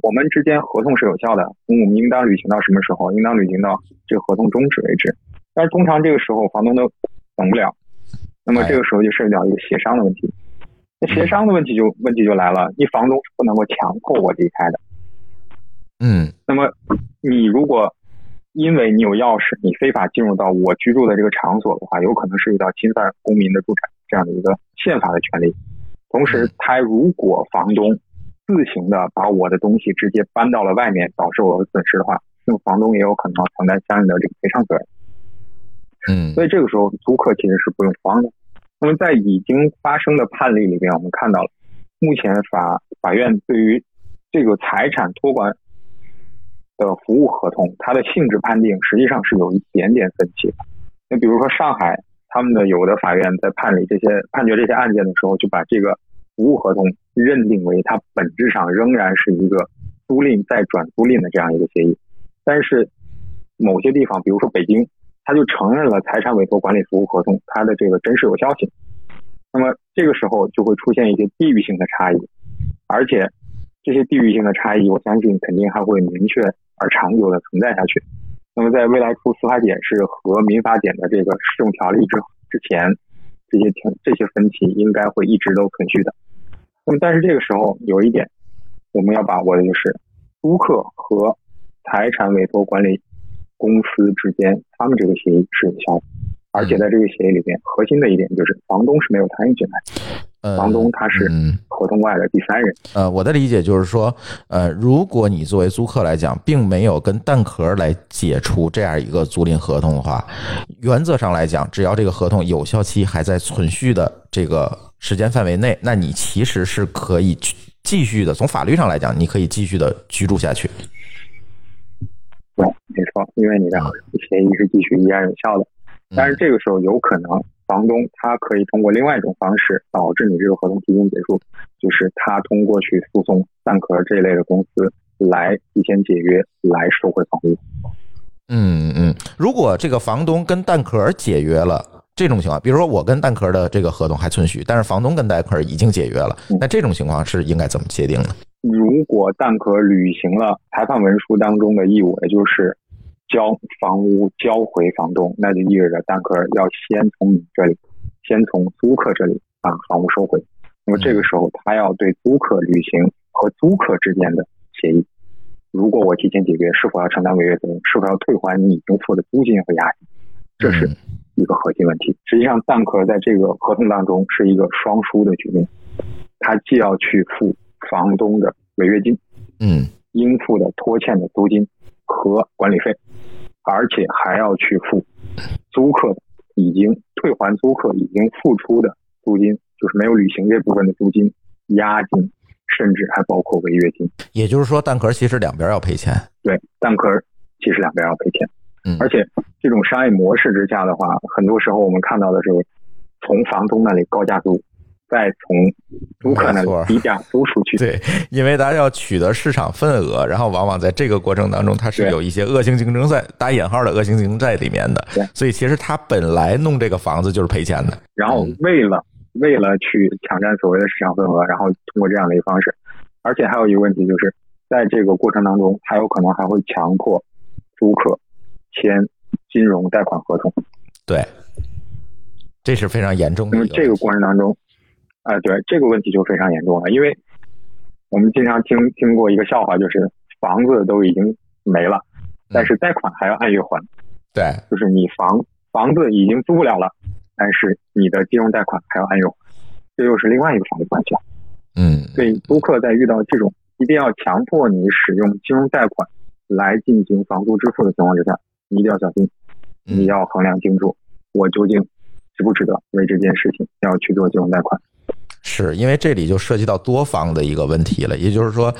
我们之间合同是有效的，我们应当履行到什么时候？应当履行到这个合同终止为止。但是通常这个时候房东都等不了，那么这个时候就涉及到一个协商的问题。那协商的问题就问题就来了，你房东是不能够强迫我离开的。嗯那么你如果因为你有钥匙，你非法进入到我居住的这个场所的话，有可能涉及到侵犯公民的住宅这样的一个宪法的权利。同时嗯，他如果房东自行的把我的东西直接搬到了外面，导致我的损失的话，那么房东也有可能要承担相应的这个赔偿责任。嗯所以这个时候租客其实是不用慌的。那么在已经发生的判例里面，我们看到了，目前法法院对于这个财产托管的服务合同，它的性质判定实际上是有一点点分歧的。那比如说上海，他们的有的法院在判理这些判决这些案件的时候，就把这个服务合同认定为它本质上仍然是一个租赁再转租赁的这样一个协议。但是某些地方，比如说北京，他就承认了财产委托管理服务合同它的这个真实有效性。那么这个时候就会出现一些地域性的差异，而且这些地域性的差异，我相信肯定还会明确而长久的存在下去。那么在未来出司法解释和民法典的这个适用条例之之前，这些条这些分歧应该会一直都存续的。那么但是这个时候有一点我们要把握的就是，租客和财产委托管理公司之间，他们这个协议是有效的，而嗯且在这个协议里边，核心的一点就是房东是没有参与进来的，呃房东他是嗯合同外的第三人。呃，我的理解就是说，呃，如果你作为租客来讲，并没有跟蛋壳来解除这样一个租赁合同的话，原则上来讲，只要这个合同有效期还在存续的这个时间范围内，那你其实是可以去继续的。从法律上来讲，你可以继续的居住下去。对，没错，因为你嗯的协议是继续依然有效的，但是这个时候有可能房东他可以通过另外一种方式导致你这个合同提前结束，就是他通过去诉讼蛋壳这一类的公司来提前解约，来收回房屋。嗯嗯，如果这个房东跟蛋壳解约了。这种情况，比如说我跟蛋壳的这个合同还存续，但是房东跟蛋壳已经解约了，那这种情况是应该怎么界定呢？如果蛋壳履行了裁判文书当中的义务，也就是交房屋交回房东，那就意味着蛋壳要先从你这里，先从租客这里把房屋收回。那么这个时候，他要对租客履行和租客之间的协议。如果我提前解约，是否要承担违约责任？是否要退还你已经付的租金和押金？这是一个核心问题。实际上，蛋壳在这个合同当中是一个双输的局面，他既要去付房东的违约金、嗯，应付的拖欠的租金和管理费，而且还要去付租客已经退还租客已经付出的租金，就是没有履行这部分的租金、押金，甚至还包括违约金。也就是说，蛋壳其实两边要赔钱。对，蛋壳其实两边要赔钱。嗯而且这种商业模式之下的话，很多时候我们看到的是从房东那里高价租，再从租客那没里错低价租出去。对，因为大家要取得市场份额，然后往往在这个过程当中，它是对有一些恶性竞争在打引号的恶性竞争在里面的对。所以其实他本来弄这个房子就是赔钱的。然后嗯为了为了去抢占所谓的市场份额，然后通过这样的一个方式，而且还有一个问题就是，在这个过程当中，还有可能还会强迫租客签金融贷款合同。对，这是非常严重的那么一这个过程当中，啊、对这个问题就非常严重了，因为我们经常听听过一个笑话，就是房子都已经没了，但是贷款还要按月还，对，就是你房房子已经租不了了，但是你的金融贷款还要按月还，这又是另外一个法律关系了。嗯，所以租客在遇到这种一定要强迫你使用金融贷款来进行房租支付的情况之下，你一定要小心，嗯你要衡量清楚，我究竟值不值得为这件事情要去做金融贷款。是因为这里就涉及到多方的一个问题了，也就是说，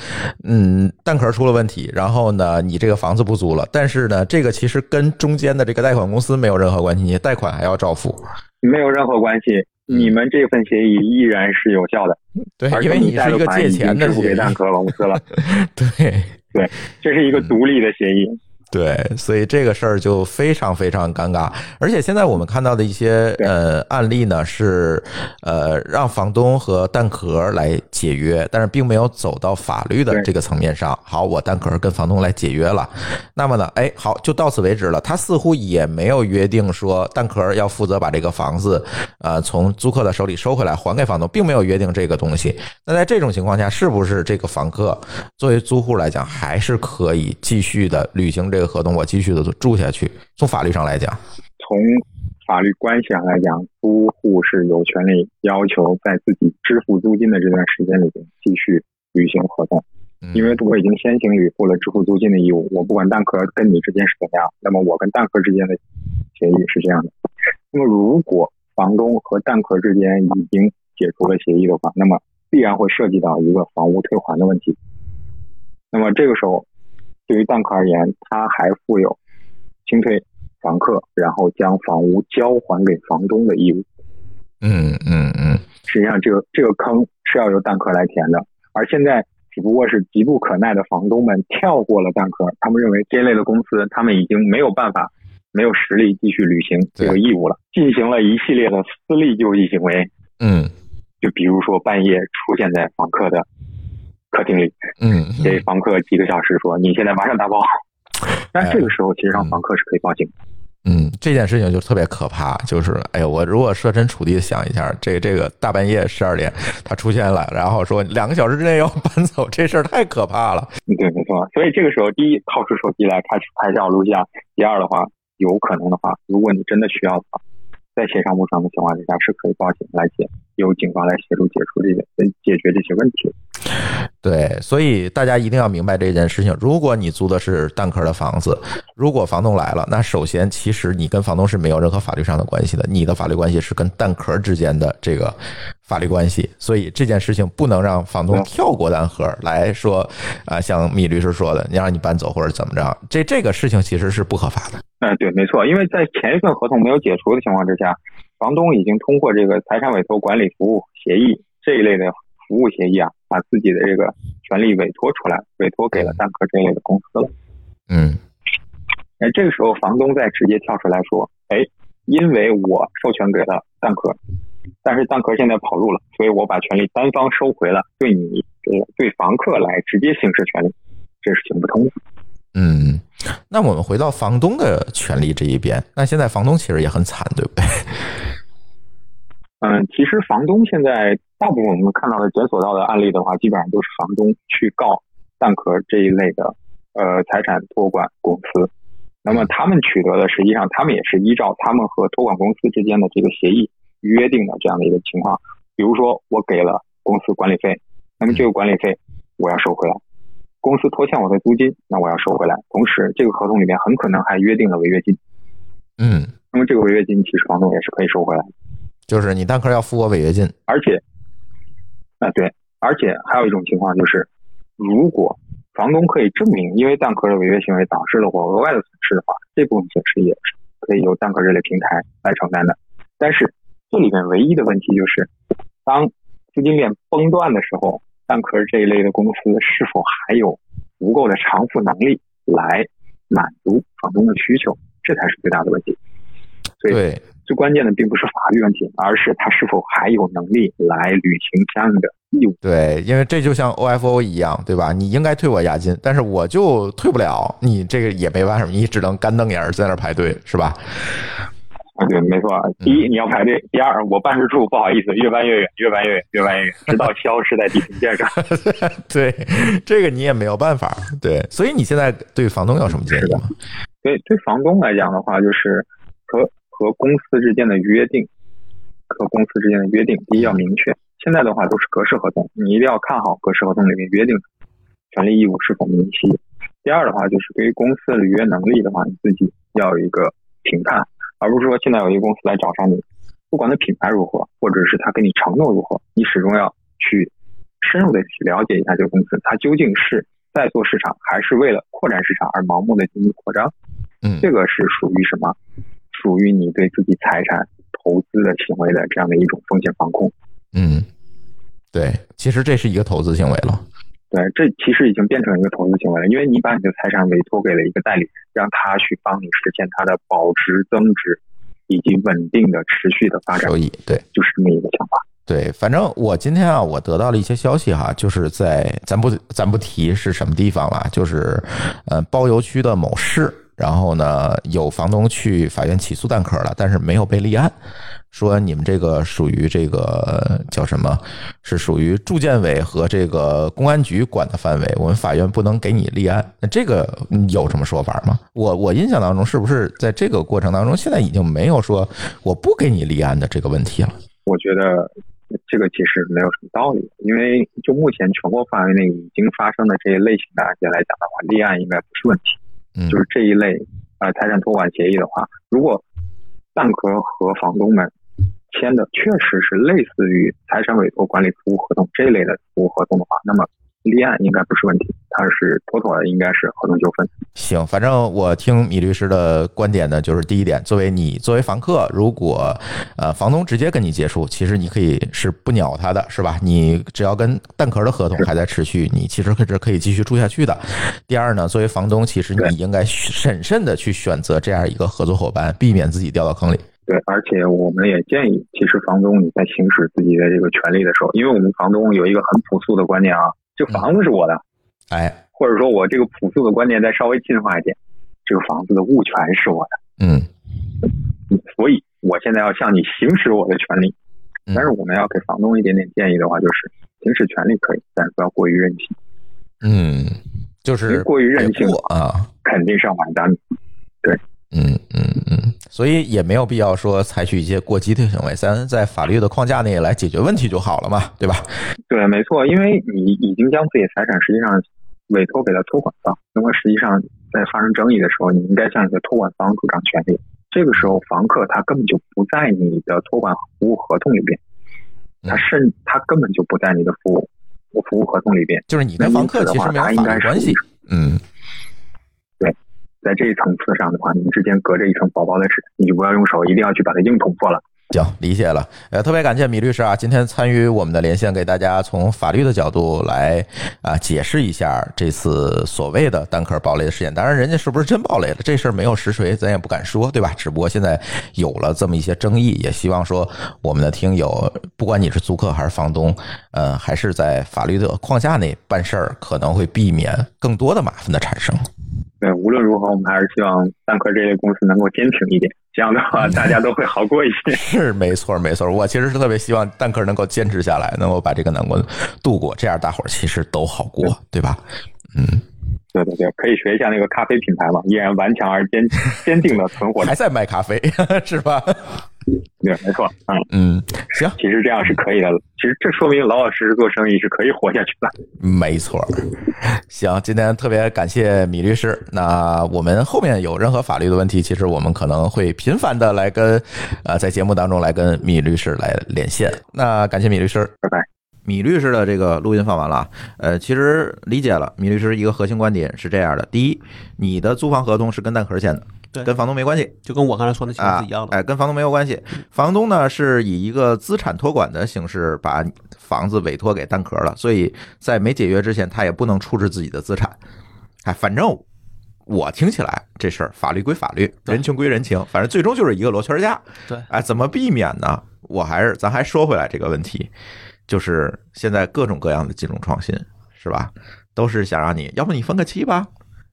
嗯，蛋壳出了问题，然后呢，你这个房子不租了，但是呢，这个其实跟中间的这个贷款公司没有任何关系，你贷款还要照付。没有任何关系。你们这份协议依然是有效的，嗯对而，因且为你你是贷一的个款借已经钱的支付协给蛋议，嗯壳公司了， 对这是一个独立的协议。对，所以这个事儿就非常非常尴尬。而且现在我们看到的一些对呃案例呢，是呃让房东和蛋壳来解约，但是并没有走到法律的对这个层面上。好，我蛋壳跟房东来解约了，那么呢，哎，好，就到此为止了。他似乎也没有约定说蛋壳要负责把这个房子呃从租客的手里收回来还给房东，并没有约定这个东西。那在这种情况下，是不是这个房客作为租户来讲，还是可以继续的履行这个合同，我继续的住下去？从法律上来讲，从法律关系上来讲，租户是有权利要求在自己支付租金的这段时间里边继续履行合同，嗯因为我已经先行履付了支付租金的义务。我不管蛋壳跟你之间是怎么样，那么我跟蛋壳之间的协议是这样的。那么如果房东和蛋壳之间已经解除了协议的话，那么必然会涉及到一个房屋退还的问题。那么这个时候，对于蛋壳而言，它还负有清退房客，然后将房屋交还给房东的义务。嗯嗯嗯，实际上，这个这个坑是要由蛋壳来填的，而现在只不过是急不可耐的房东们跳过了蛋壳，他们认为这类的公司他们已经没有办法、没有实力继续履行这个义务了，进行了一系列的私利救济行为，嗯就比如说半夜出现在房客的客厅里，嗯给房客几个小时说：“你现在马上打包。”但这个时候，其实让房客是可以报警的。嗯，这件事情就特别可怕，就是哎呀，我如果设身处地地想一下，这这个大半夜十二点他出现了，然后说两个小时之内要搬走，这事儿太可怕了。对，没错。所以这个时候，第一，掏出手机来开始拍照录像；第二的话，有可能的话，如果你真的需要的话，在协商不成的情况之下，是可以报警来解，由警方来协助解除这些呃解决这些问题。对，所以大家一定要明白这件事情。如果你租的是蛋壳的房子，如果房东来了，那首先其实你跟房东是没有任何法律上的关系的，你的法律关系是跟蛋壳之间的这个法律关系。所以这件事情不能让房东对跳过蛋壳来说，啊、像米律师说的，你让你搬走或者怎么着，这这个事情其实是不合法的。嗯、对，没错。因为在前一份合同没有解除的情况之下，房东已经通过这个财产委托管理服务协议这一类的服务协议啊，把自己的这个权利委托出来，委托给了蛋壳这类的公司了。嗯哎，这个时候房东再直接跳出来说：“哎，因为我授权给了蛋壳，但是蛋壳现在跑路了，所以我把权利单方收回了，对你呃对房客来直接行使权利，这是行不通的。嗯，那我们回到房东的权利这一边，那现在房东其实也很惨，对不对？嗯，其实房东现在大部分我们看到的检索到的案例的话，基本上都是房东去告蛋壳这一类的呃财产托管公司。那么他们取得的，实际上他们也是依照他们和托管公司之间的这个协议约定的这样的一个情况。比如说，我给了公司管理费，那么这个管理费我要收回来；公司拖欠我的租金，那我要收回来。同时，这个合同里面很可能还约定了违约金，嗯，那么这个违约金其实房东也是可以收回来的。就是你蛋壳要付我违约金。而且，啊对，而且还有一种情况就是，如果房东可以证明因为蛋壳的违约行为导致了我额外的损失的话，这部分损失也是可以由蛋壳这类平台来承担的。但是这里面唯一的问题就是，当资金链崩断的时候，蛋壳这一类的公司是否还有足够的偿付能力来满足房东的需求，这才是最大的问题。对对，最关键的并不是法律问题，而是他是否还有能力来履行相应的义务。对，因为这就像 OFO 一样，对吧？你应该退我押金，但是我就退不了，你这个也没办法，你只能干瞪眼儿在那儿排队，是吧？ 啊，对，没错。第一，你要排队；第二，我办事处不好意思，越搬越远，越搬越远，越搬越远，直到消失在地平线上。对，这个你也没有办法。对，所以你现在对房东有什么建议吗？所以对房东来讲的话，就是和和公司之间的约定，和公司之间的约定，第一要明确。现在的话都是格式合同，你一定要看好格式合同里面约定的权利义务是否明晰。第二的话就是对于公司的履约能力的话，你自己要有一个评判，而不是说现在有一个公司来找上你，不管它品牌如何，或者是他跟你承诺如何，你始终要去深入的去了解一下这个公司，它究竟是在做市场，还是为了扩展市场而盲目的进行扩张。嗯这个是属于什么？属于你对自己财产投资的行为的这样的一种风险防控。嗯，对，其实这是一个投资行为了。对，这其实已经变成一个投资行为了，因为你把你的财产委托给了一个代理人，让他去帮你实现它的保值、增值以及稳定的、持续的发展收，益对就是这么一个想法。对，反正我今天啊，我得到了一些消息哈，就是在咱不咱不提是什么地方了，就是呃包邮区的某市，然后呢有房东去法院起诉蛋壳了，但是没有被立案，说你们这个属于这个叫什么，是属于住建委和这个公安局管的范围，我们法院不能给你立案。那这个有什么说法吗？我我印象当中，是不是在这个过程当中，现在已经没有说我不给你立案的这个问题了？我觉得这个其实没有什么道理，因为就目前全国范围内已经发生的这一类型的案件来讲的话，立案应该不是问题。嗯，就是这一类呃财产托管协议的话，如果蛋壳和房东们签的确实是类似于财产委托管理服务合同这一类的服务合同的话，那么立案应该不是问题，它是妥妥的应该是合同纠纷。行，反正我听米律师的观点呢，就是第一点，作为你作为房客，如果呃房东直接跟你接触，其实你可以是不鸟他的，是吧？你只要跟蛋壳的合同还在持续，你其实可是可以继续住下去的。第二呢，作为房东，其实对你应该审慎的去选择这样一个合作伙伴，避免自己掉到坑里。对，而且我们也建议，其实房东你在行使自己的这个权利的时候，因为我们房东有一个很朴素的观念啊，这房子是我的，哎，或者说我这个朴素的观念再稍微进化一点，这个房子的物权是我的。嗯，所以我现在要向你行使我的权利。嗯但是我们要给房东一点点建议的话，就是行使权利可以，但是不要过于任性。嗯，就你是过于任性别过啊，肯定上买单。嗯嗯嗯，所以也没有必要说采取一些过激的行为，咱在法律的框架内来解决问题就好了嘛，对吧？对，没错，因为你已经将自己的财产实际上委托给了托管方，那么实际上在发生争议的时候，你应该向你的托管方主张权利。这个时候，房客他根本就不在你的托管服务合同里边，他甚他根本就不在你的服务服务合同里边。就是你跟房客其实没有法律关系。嗯，在这一层次上的话，你们之间隔着一层薄薄的纸，你就不要用手，一定要去把它硬捅破了。行，理解了。呃，特别感谢米律师啊，今天参与我们的连线，给大家从法律的角度来啊、解释一下这次所谓的单壳爆雷的事件。当然，人家是不是真爆雷了，这事儿没有实锤，咱也不敢说，对吧？只不过现在有了这么一些争议，也希望说我们的听友，不管你是租客还是房东，呃，还是在法律的框架内办事儿，可能会避免更多的麻烦的产生。对，呃无论如何，我们还是希望蛋壳这类公司能够坚挺一点，这样的话大家都会好过一些。是没错，没错。我其实是特别希望蛋壳能够坚持下来，能够把这个难关度过，这样大伙儿其实都好过，对吧？嗯，对对对，可以学一下那个咖啡品牌嘛，依然顽强而坚坚定的存活着还。在卖咖啡是吧？对，没错，嗯，嗯，行，其实这样是可以的。其实这说明老老实实做生意是可以活下去的。没错。行，今天特别感谢米律师。那我们后面有任何法律的问题，其实我们可能会频繁的来跟呃在节目当中来跟米律师来连线。那感谢米律师，拜拜。米律师的这个录音放完了啊，呃，其实理解了米律师一个核心观点是这样的：第一，你的租房合同是跟蛋壳签的，对跟房东没关系就跟我刚才说那情况啊是一样，的。哎，跟房东没有关系。房东呢是以一个资产托管的形式把房子委托给蛋壳了，所以在没解约之前，他也不能处置自己的资产。哎，反正我听起来这事儿法律归法律，对人情归人情，反正最终就是一个罗圈架。对哎，怎么避免呢？我还是咱还说回来这个问题，就是现在各种各样的金融创新，是吧？都是想让你要不你分个期吧，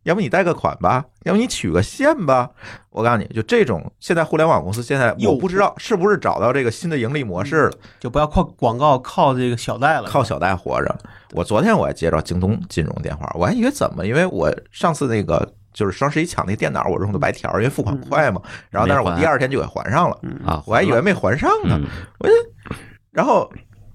要不你贷个款吧，要不你取个现吧。我告诉你，就这种现在互联网公司现在诱惑我不知道是不是找到这个新的盈利模式了，嗯就不要靠广告靠这个小贷了，靠小贷活着。我昨天我还接到京东金融电话，我还以为怎么，因为我上次那个就是双十一抢那电脑，我用的白条，因为付款快嘛。然后但是我没还第二天就给还上了，啊，我还以为没还上呢。嗯，然后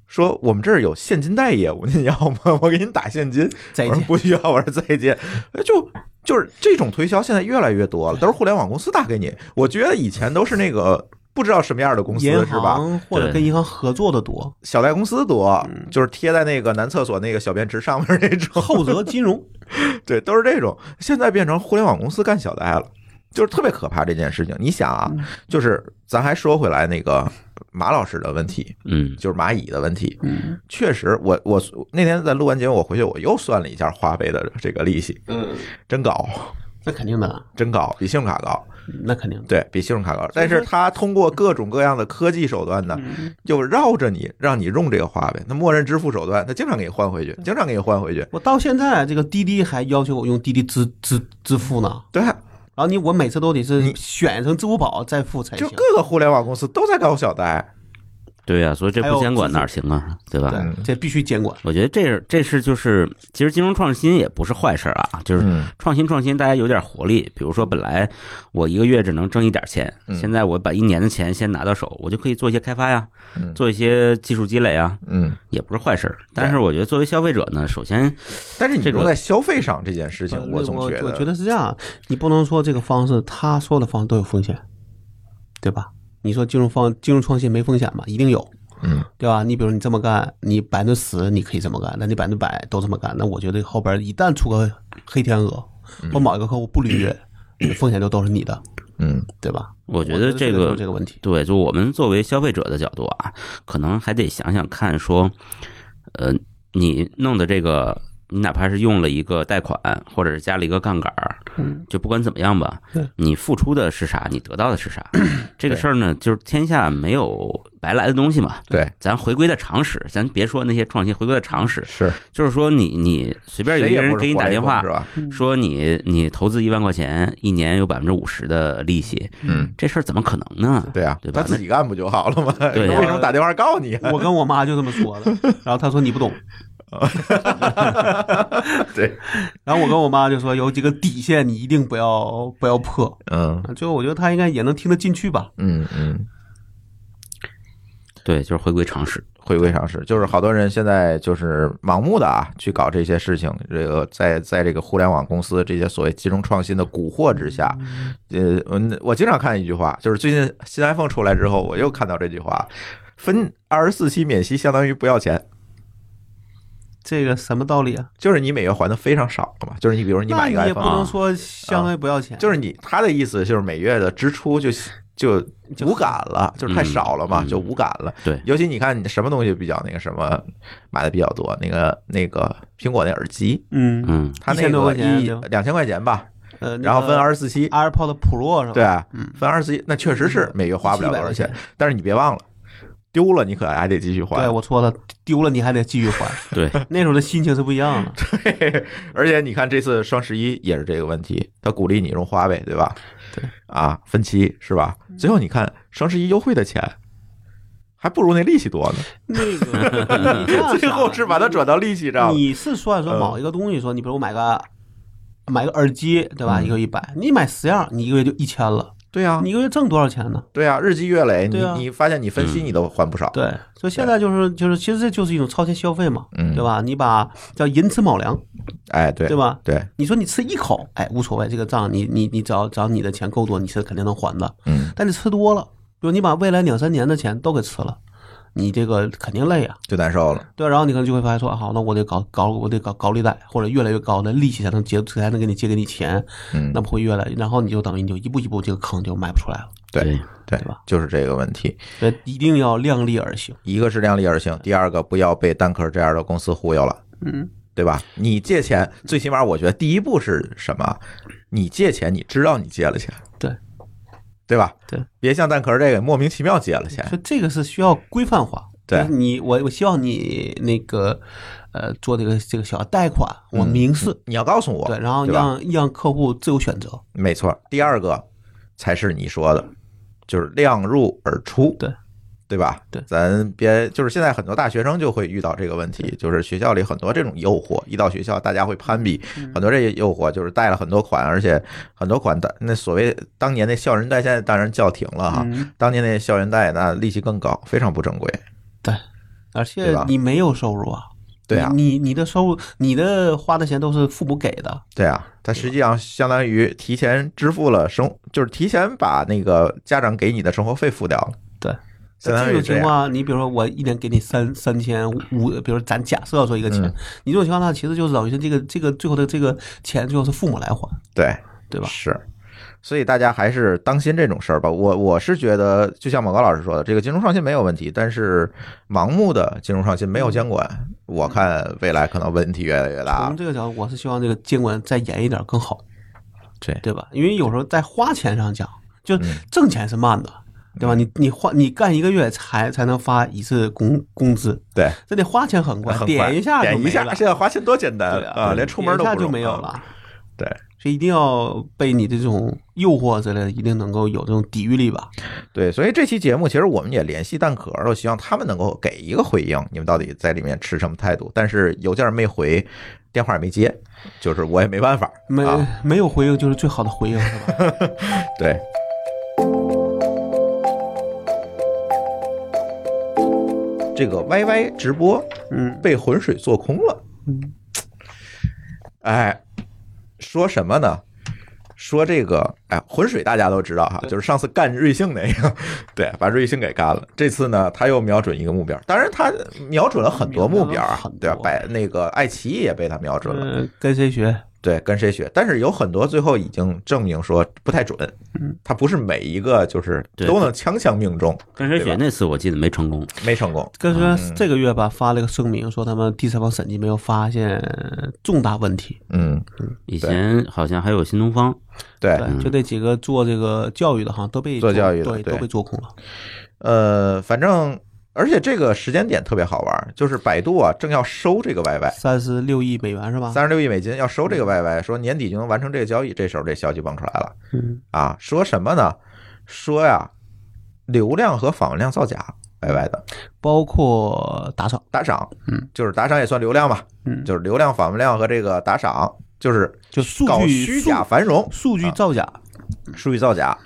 说我们这儿有现金贷业务，您要吗？ 我给您打现金。再我说见。不需要，我说再见。 就就是这种推销现在越来越多了，都是互联网公司打给你。我觉得以前都是那个不知道什么样的公司银是吧？行或者对跟银行合作的多，小贷公司多，嗯就是贴在那个男厕所那个小便池上 面那种。厚泽金融对，都是这种。现在变成互联网公司干小贷了。就是特别可怕这件事情。你想嗯啊，就是咱还说回来那个马老师的问题，嗯就是蚂蚁的问题。确实我，我我那天在录完节目，我回去我又算了一下花呗的这个利息，嗯，真高，那肯定的，真高，比信用卡高，那肯定的。对比信用卡高。但是它通过各种各样的科技手段呢，就绕着你，让你用这个花呗。那默认支付手段，它经常给你换回去，经常给你换回去。我到现在这个滴滴还要求我用滴滴支支支付呢，对，然后你我每次都得是你选成支付宝再付才就行。各个互联网公司都在搞小贷，对呀、所以这还有不监管自己哪儿行啊，对吧？对，这必须监管。我觉得这是这是就是，其实金融创新也不是坏事儿啊，就是嗯创新创新，大家有点活力。比如说，本来我一个月只能挣一点钱，现在我把一年的钱先拿到手，我就可以做一些开发呀，嗯做一些技术积累啊，嗯。也不是坏事儿。但是我觉得作为消费者呢，首先但是你这个嗯用在消费上这件事情，我总我得，觉得是这样，你不能说这个方式，它所有的方式都有风险，对吧？你说金融方金融创新没风险吗？一定有，嗯，对吧？你比如你这么干，你百分之十你可以这么干，那你百分之百都这么干，那我觉得后边一旦出个黑天鹅，或某一个客户不履约，你的风险就都是你的，嗯，对吧？我觉觉得这这个就是这个问题，对，就我们作为消费者的角度啊，可能还得想想看，说，呃，你弄的这个，你哪怕是用了一个贷款，或者是加了一个杠杆儿，就不管怎么样吧对，你付出的是啥，你得到的是啥。这个事儿呢，就是天下没有白来的东西嘛。对，咱回归到常识，咱别说那些创新，回归到常识，是就是说你你随便有谁一也个人不是给你活打雷电锋话是，吧？说你你投资一万块钱，一年有百分之五十的利息，嗯，这事儿怎么可能呢？对啊，对吧他自己干不就好了吗？对 呀为什么打电话告你啊？我跟我妈就这么 说的，然后她说你不懂，对， 然后我跟我妈就说有几个底线你一定不要不要破，嗯最后我觉得她应该也能听得进去吧，嗯嗯，对，就是回归常识。回归常识，就是好多人现在就是盲目的啊去搞这些事情，这个在在这个互联网公司这些所谓金融创新的蛊惑之下，呃，嗯我经常看一句话，就是最近新 iPhone 出来之后，我又看到这句话，分二十四期免息相当于不要钱。这个什么道理啊？就是你每月还的非常少了嘛，就是你比如说你买一个那也不 iPhone，啊能说相当于不要钱，就是你他的意思就是每月的支出就就无感了，就是太少了嘛，嗯就无感了。对尤其你看你什么东西比较那个什么买的比较多，那个那个苹果那耳机，嗯，嗯，它那1000多个块钱一对吧两千块钱吧，呃，然后分二二十四期， AirPod Pro 是吧？嗯对，啊，分二十四期，那确实是每月花不了多少700钱块，但是你别忘了。丢了你可还得继续还，对我说了，丢了你还得继续 还，对，那时候的心情是不一样的。而且你看这次双十一也是这个问题，他鼓励你用花呗，对吧？对啊，分期是吧？最后你看双十一优惠的钱，还不如那利息多呢。那个你这样想啊最后是把它转到利息上了。你是算说嗯某一个东西，说你比如我买个买个耳机，对嗯吧？一个月一百，你买十样，你一个月就一千了，对呀、啊，你一个月挣多少钱呢？对呀、啊，日积月累，你对啊你发现你分期你都还不少。对，所以现在就是就是，其实这就是一种超前消费嘛，嗯对吧？你把叫寅吃卯粮，哎，对对吧？对，你说你吃一口，哎，无所谓，这个账你你你只要只要你的钱够多，你是肯定能还的。嗯，但你吃多了，比如你把未来两三年的钱都给吃了，你这个肯定累啊，就难受了。对吧然后你可能就会发现说，啊好，那我得搞搞我得搞高利贷，或者越来越高的利息才能结才能给你借给你钱，嗯那么会越来，然后你就等于你就一步一步这个坑就迈不出来了，对对对吧就是这个问题。所以一定要量力而行。一个是量力而行，第二个不要被蛋壳这样的公司忽悠了，嗯，对吧？你借钱，最起码我觉得第一步是什么？你借钱，你知道你借了钱，对，对吧？对，别像蛋壳这个莫名其妙借了钱，所以这个是需要规范化。对就是你我我希望你那个，呃，做这个这个小贷款，我明示，你要告诉我，对，然后嗯对吧让让客户自由选择。没错。第二个才是你说的，就是量入而出，对。对吧？对咱别就是现在很多大学生就会遇到这个问题，就是学校里很多这种诱惑，一到学校大家会攀比，嗯很多这些诱惑就是贷了很多款，而且很多款的那所谓当年那校园贷，现在当然叫停了嗯哈。啊当年那校园贷那利息更高，非常不正规。对而且吧你没有收入啊，对啊你你你的收入，你的花的钱都是父母给的，对啊，它实际上相当于提前支付了生，就是提前把那个家长给你的生活费付掉了。对。相那当这于种这情样。况，你比如说我一年给你三三千五，比如咱假设说一个钱，嗯你这种情况下其实就是等于是这个这个最后的这个钱最后是父母来还，对对吧？是，所以大家还是当心这种事儿吧。我我是觉得，就像某高老师说的，这个金融创新没有问题，但是盲目的金融创新嗯没有监管，我看未来可能问题越来越大从。这个角度，我是希望这个监管再严一点更好，对对吧？因为有时候在花钱上讲，就嗯挣钱是慢的，对吧？你你花你干一个月才才能发一次工工资，对，这得花钱很快，很快点一下就点一没下，了现在花钱多简单对啊，连出门都点一不下就用没有啊了。对，所以一定要被你的这种诱惑之类的，一定能够有这种抵御力吧。对，所以这期节目其实我们也联系蛋壳，我希望他们能够给一个回应，你们到底在里面持什么态度？但是邮件没回，电话也没接，就是我也没办法。没、啊、没有回应就是最好的回应，是 吧？对，这个 YY 直播嗯，被浑水做空了。嗯哎，说什么呢？说这个，哎，浑水大家都知道哈，就是上次干瑞幸那个， 对，把瑞幸给干了。这次呢，他又瞄准一个目标，当然他瞄准了很多目标啊瞄准了很，多对吧？百那个爱奇艺也被他瞄准了，呃，跟谁学？对，跟谁学？但是有很多最后已经证明说不太准嗯，他不是每一个就是对都能枪枪命中，跟谁对学吧那次我记得没成功，没成功。跟谁嗯学？这个月吧发了个声明，说他们第三方审计没有发现重大问题。嗯，以前好像还有新东方，对，对，就这几个做这个教育的，好像都被哎嗯做教育的对对，哎都被做空了。呃，反正而且这个时间点特别好玩，就是百度啊正要收这个 YY。三十六亿美元是吧？三十六亿美金要收这个 YY，说年底就能完成这个交易，这时候这消息蹦出来了嗯，啊，说什么呢？说呀，流量和访问量造假，YY 的包括打赏，打赏，嗯，就是打赏也算流量吧，嗯，就是流量、访问量和这个打赏，就是就数搞据虚假啊数繁荣，数据造假，数据造假，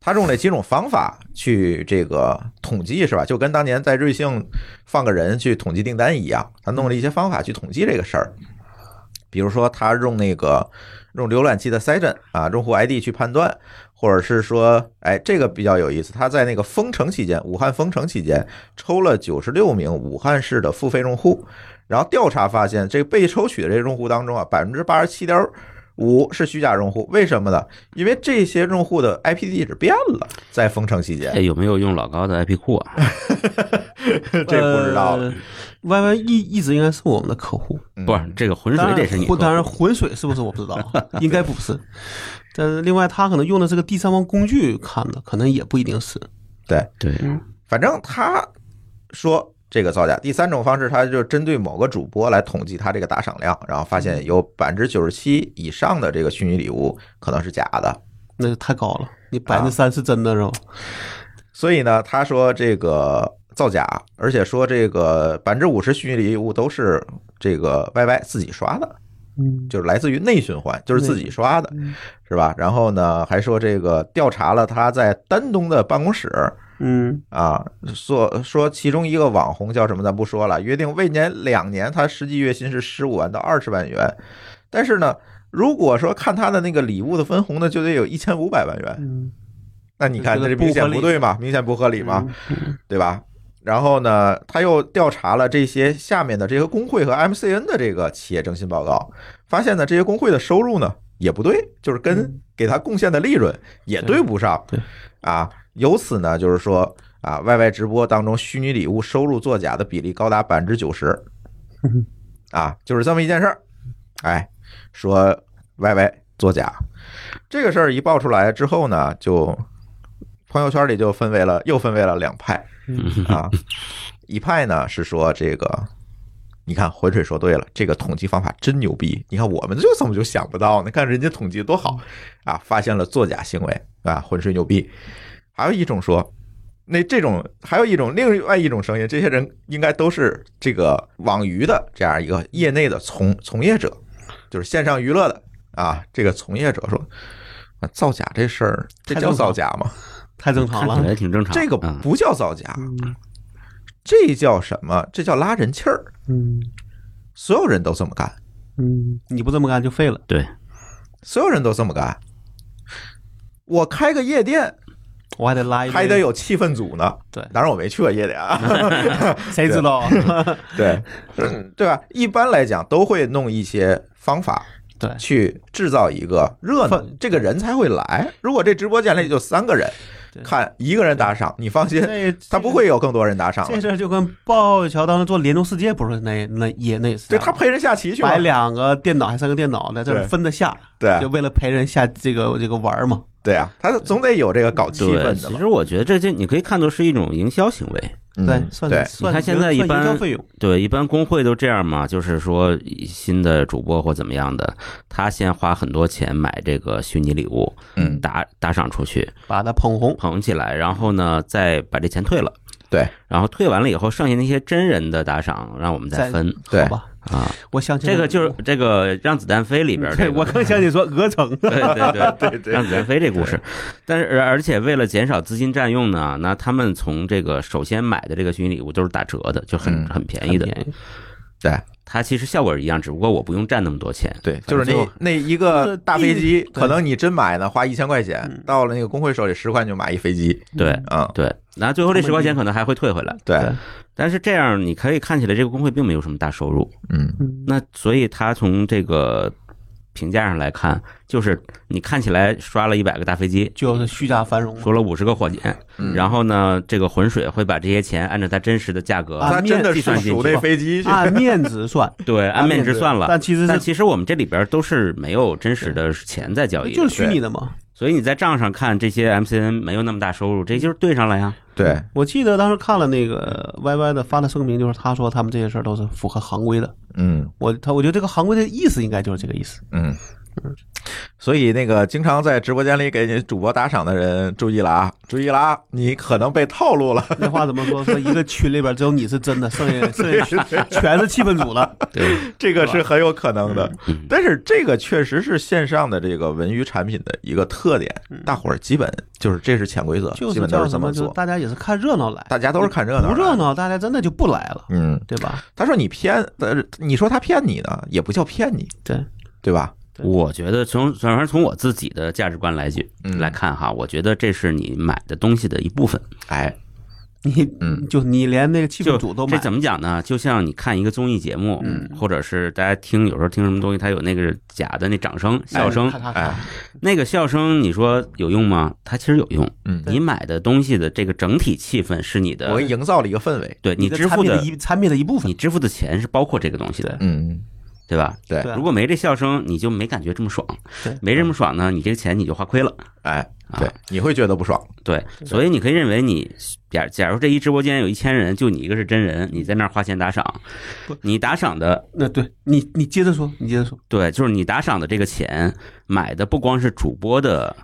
他用了几种方法去这个统计，是吧？就跟当年在瑞幸放个人去统计订单一样，他弄了一些方法去统计这个事儿。比如说，他用那个用浏览器的 session 啊，用户 ID 去判断，或者是说，哎，这个比较有意思。他在那个封城期间，武汉封城期间，抽了九十六名武汉市的付费用户，然后调查发现，这个被抽取的这些用户当中啊，百分之八十七点五是虚假用户。为什么呢？因为这些用户的 IP 地址变了，在封城期哎，间，有没有用老高的 IP 库啊？呃这不知道了。呃 Y Y 一一直应该是我们的客户，嗯不是，这个浑当水然得是你不客户当然浑水是不是我不知道， 应该不是。但是另外，他可能用的是个第三方工具看的，可能也不一定是。对，反正他说这个造假。第三种方式，他就针对某个主播来统计他这个打赏量，然后发现有百分之九十七以上的这个虚拟礼物可能是假的。那就太高了，你百分之三是真的是吧？所以呢，他说这个造假，而且说这个百分之五十虚拟礼物都是这个 YY 自己刷的，嗯，就是来自于内循环，就是自己刷的嗯，是吧？然后呢，还说这个调查了他在丹东的办公室，嗯，啊，说说其中一个网红叫什么，咱不说了。约定未年两年，他实际月薪是十五万到二十万元，但是呢，如果说看他的那个礼物的分红呢，就得有一千五百万元。嗯那你看，这这是个明显不合不理嗯对嘛，明显不合理嘛，对吧？然后呢，他又调查了这些下面的这些工会和 MCN 的这个企业征信报告，发现呢，这些工会的收入呢也不对，就是跟给他贡献的利润也对不上。嗯对啊，由此呢，就是说啊，YY 直播当中虚拟礼物收入作假的比例高达百分之九十嗯，啊，就是这么一件事儿。哎，说 YY 作假这个事儿一爆出来之后呢，就朋友圈里就分为了又分为了两派嗯啊，一派呢是说这个。你看浑水说对了，这个统计方法真牛逼。你看我们就怎么就想不到呢？看人家统计多好啊，发现了作假行为啊，浑水牛逼。还有一种说，那这种还有一种另外一种声音，这些人应该都是这个网娱的这样一个业内的从从业者，就是线上娱乐的啊，这个从业者说。啊造假这事儿，这太叫正常造假吗？太正常看起了。来挺正常。这个嗯不叫造假，嗯这叫什么？这叫拉人气儿。嗯所有人都这么干，嗯，你不这么干就废了。对，所有人都这么干。我开个夜店，我还得拉一，还得，有气氛组呢。对当然我没去过夜店啊。 谁知道啊？ 对，对吧？一般来讲都会弄一些方法对去制造一个热闹氛，这个人才会来。如果这直播间里就三个人对看一个人打赏，你放心，这他不会有啊更多人打赏这了。事儿就跟鲍小乔当时做联动世界不是那那也那次，对他陪人下棋去了买，两个电脑还三个电脑在这对儿分着下，对就为了陪人下这个这个玩儿嘛。对啊，他总得有这个搞气对，氛的其嘛。实我觉得这这你可以看作是一种营销行为。嗯对，算对是，算你看现在一算般营销费用，对，一般工会都这样嘛，就是说新的主播或怎么样的，他先花很多钱买这个虚拟礼物，嗯打打赏出去，把它捧红，捧起来，然后呢再把这钱退了。对，然后退完了以后，剩下那些真人的打赏，让我们再再分对好吧？啊。我想起来这个就是我这个《让子弹飞》里边这对个，我刚想起说鹅 城，对对对 对对让子弹飞这故事，但是而而且为了减少资金占用呢，那他们从这个首先买的这个虚拟礼物都是打折的，就很嗯很便宜的。很便宜对它其实效果是一样，只不过我不用占那么多钱。对，就是那那一个嗯大飞机，可能你真买呢，花一千块钱，到了那个工会手里十块就买一飞机嗯对啊。对，然后最后这十块钱可能还会退回来，对，但是这样你可以看起来这个工会并没有什么大收入。嗯，那所以他从这个评价上来看，就是你看起来刷了一百个大飞机，就是虚假繁 荣嘛。说了五十个火箭，嗯然后呢，这个浑水会把这些钱按照它真实的价格，啊他真的计是算进数去那飞机去，按面值 算，对，按面值算了。但其实但是其实我们这里边都是没有真实的钱在交易的，就是虚拟的嘛。所以你在账上看这些 MCN 没有那么大收入，这就是对上 了呀。对，我记得当时看了那个 YY 的发的声明，就是他说他们这些事儿都是符合行规的。嗯我他我觉得这个行规的意思应该就是这个意思。嗯。所以那个经常在直播间里给你主播打赏的人，注意了啊，注意了啊，你可能被套路了。 那话怎么说？说一个群里边只有你是真的，剩下剩下全是气氛组了。对，这个是很有可能的。但是嗯这个确实是线上的这个文娱产品的一个特点，大伙儿基本就是这是潜规则，就基是啊本都是叫这什么？就是做。大家也是看热闹来，大家都是看热闹，不热。闹大家真的就不来了，嗯，对吧？他说你骗，呃，你说他骗你呢，也不叫骗你，对，对吧？对我觉得从反正从我自己的价值观来去嗯来看哈，我觉得这是你买的东西的一部分。哎， 你嗯就你连那个气就氛组都这买，嗯怎么讲呢？就像你看一个综艺节目，或者是大家听有时候听什么东西，它有那个假的那掌声、笑声，咔咔咔哎，那个笑声你说有用吗？它其实有用。嗯你买的东西的这个整体气氛是你我的，营造了一个氛围。对你的支产付品的的，一产品的一部分你。支付的钱是包括这个东西的，嗯，对吧？对，对啊如果没这笑声，你就没感觉这么爽对，没这么爽呢，你这个钱你就花亏了。哎，对，你会觉得不爽。 对，所以你可以认为你，假假如这一直播间有一千人，就你一个是真人，你在那儿花钱打赏，你打赏的，那对你，你接着说，你接着说。对，就是你打赏的这个钱买的不光是主播的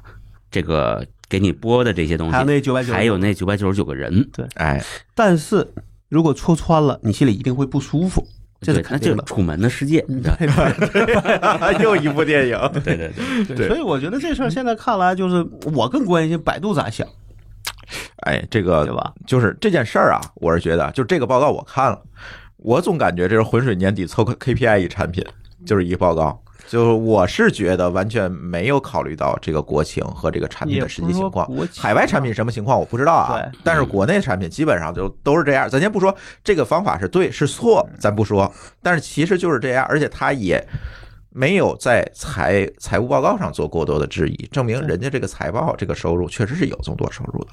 这个给你播的这些东还有西，那九百九，还有那九百九十九个人，哎，但是如果戳穿了，你心里一定会不舒服，这是对，那肯就定是的。嗯楚门的世界，对又一部电影。对对对，对所以我觉得这事儿现在看来，就是我更关心百度咋想，哎，这对个吧？就是这件事儿啊，我是觉得，就这个报告我看了，我总感觉这是浑水年底凑个 KPI 一产品，就是一个报告。就是我是觉得完全没有考虑到这个国情和这个产品的实际情况也不是说国，情海外产品什么情况我不知道啊对，但是国内产品基本上就都是这样。咱先不说这个方法是对是错，嗯咱不说，但是其实就是这样，而且它也没有在财财务报告上做过多的质疑，证明人家这个财报这个收入确实是有这么多收入的。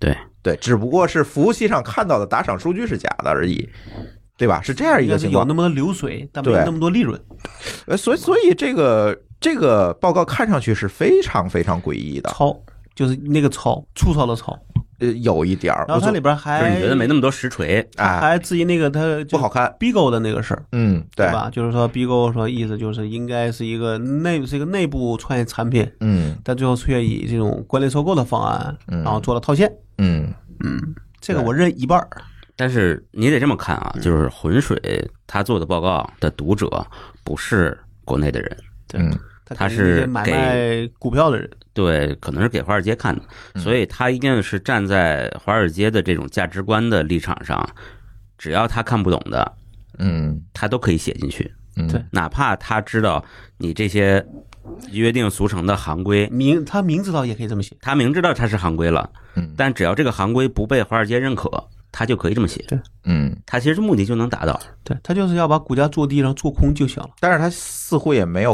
对对，只不过是服务器上看到的打赏数据是假的而已，对吧？是这样一应该个是情有况那。么多流水，但没有对那么多利润。呃，所以所以这个这个报告看上去是非常非常诡异的，抄就是那个抄，粗糙的抄。呃，有一点儿，然后它里边就还是你觉得没那么多实锤，他哎还质疑那个他不好看， Bigo 的那个事儿，嗯，对对，吧？就是说 Bigo 说意思就是应该是一个内是一个内部创业产品，嗯但最后却以这种关联收购的方案，嗯然后做了套现。嗯，嗯，这个对我认一半儿。但是你得这么看啊，嗯就是浑水他做的报告的读者不是国内的人，对嗯，他给那些是买给卖股票的人，对，可能是给华尔街看的，所嗯以他一定是站在华尔街的这种价值观的立场上，只要他看不懂的，嗯他都可以写进去，嗯，对哪怕他知道你这些约定俗成的行规。明他明知道也可以这么写。他明知道它是行规了嗯，但只要这个行规不被华尔街认可，他就可以这么写。嗯，他其实目的就能达到。对他就是要把股价做低，然后做空就行了。但是他似乎也没有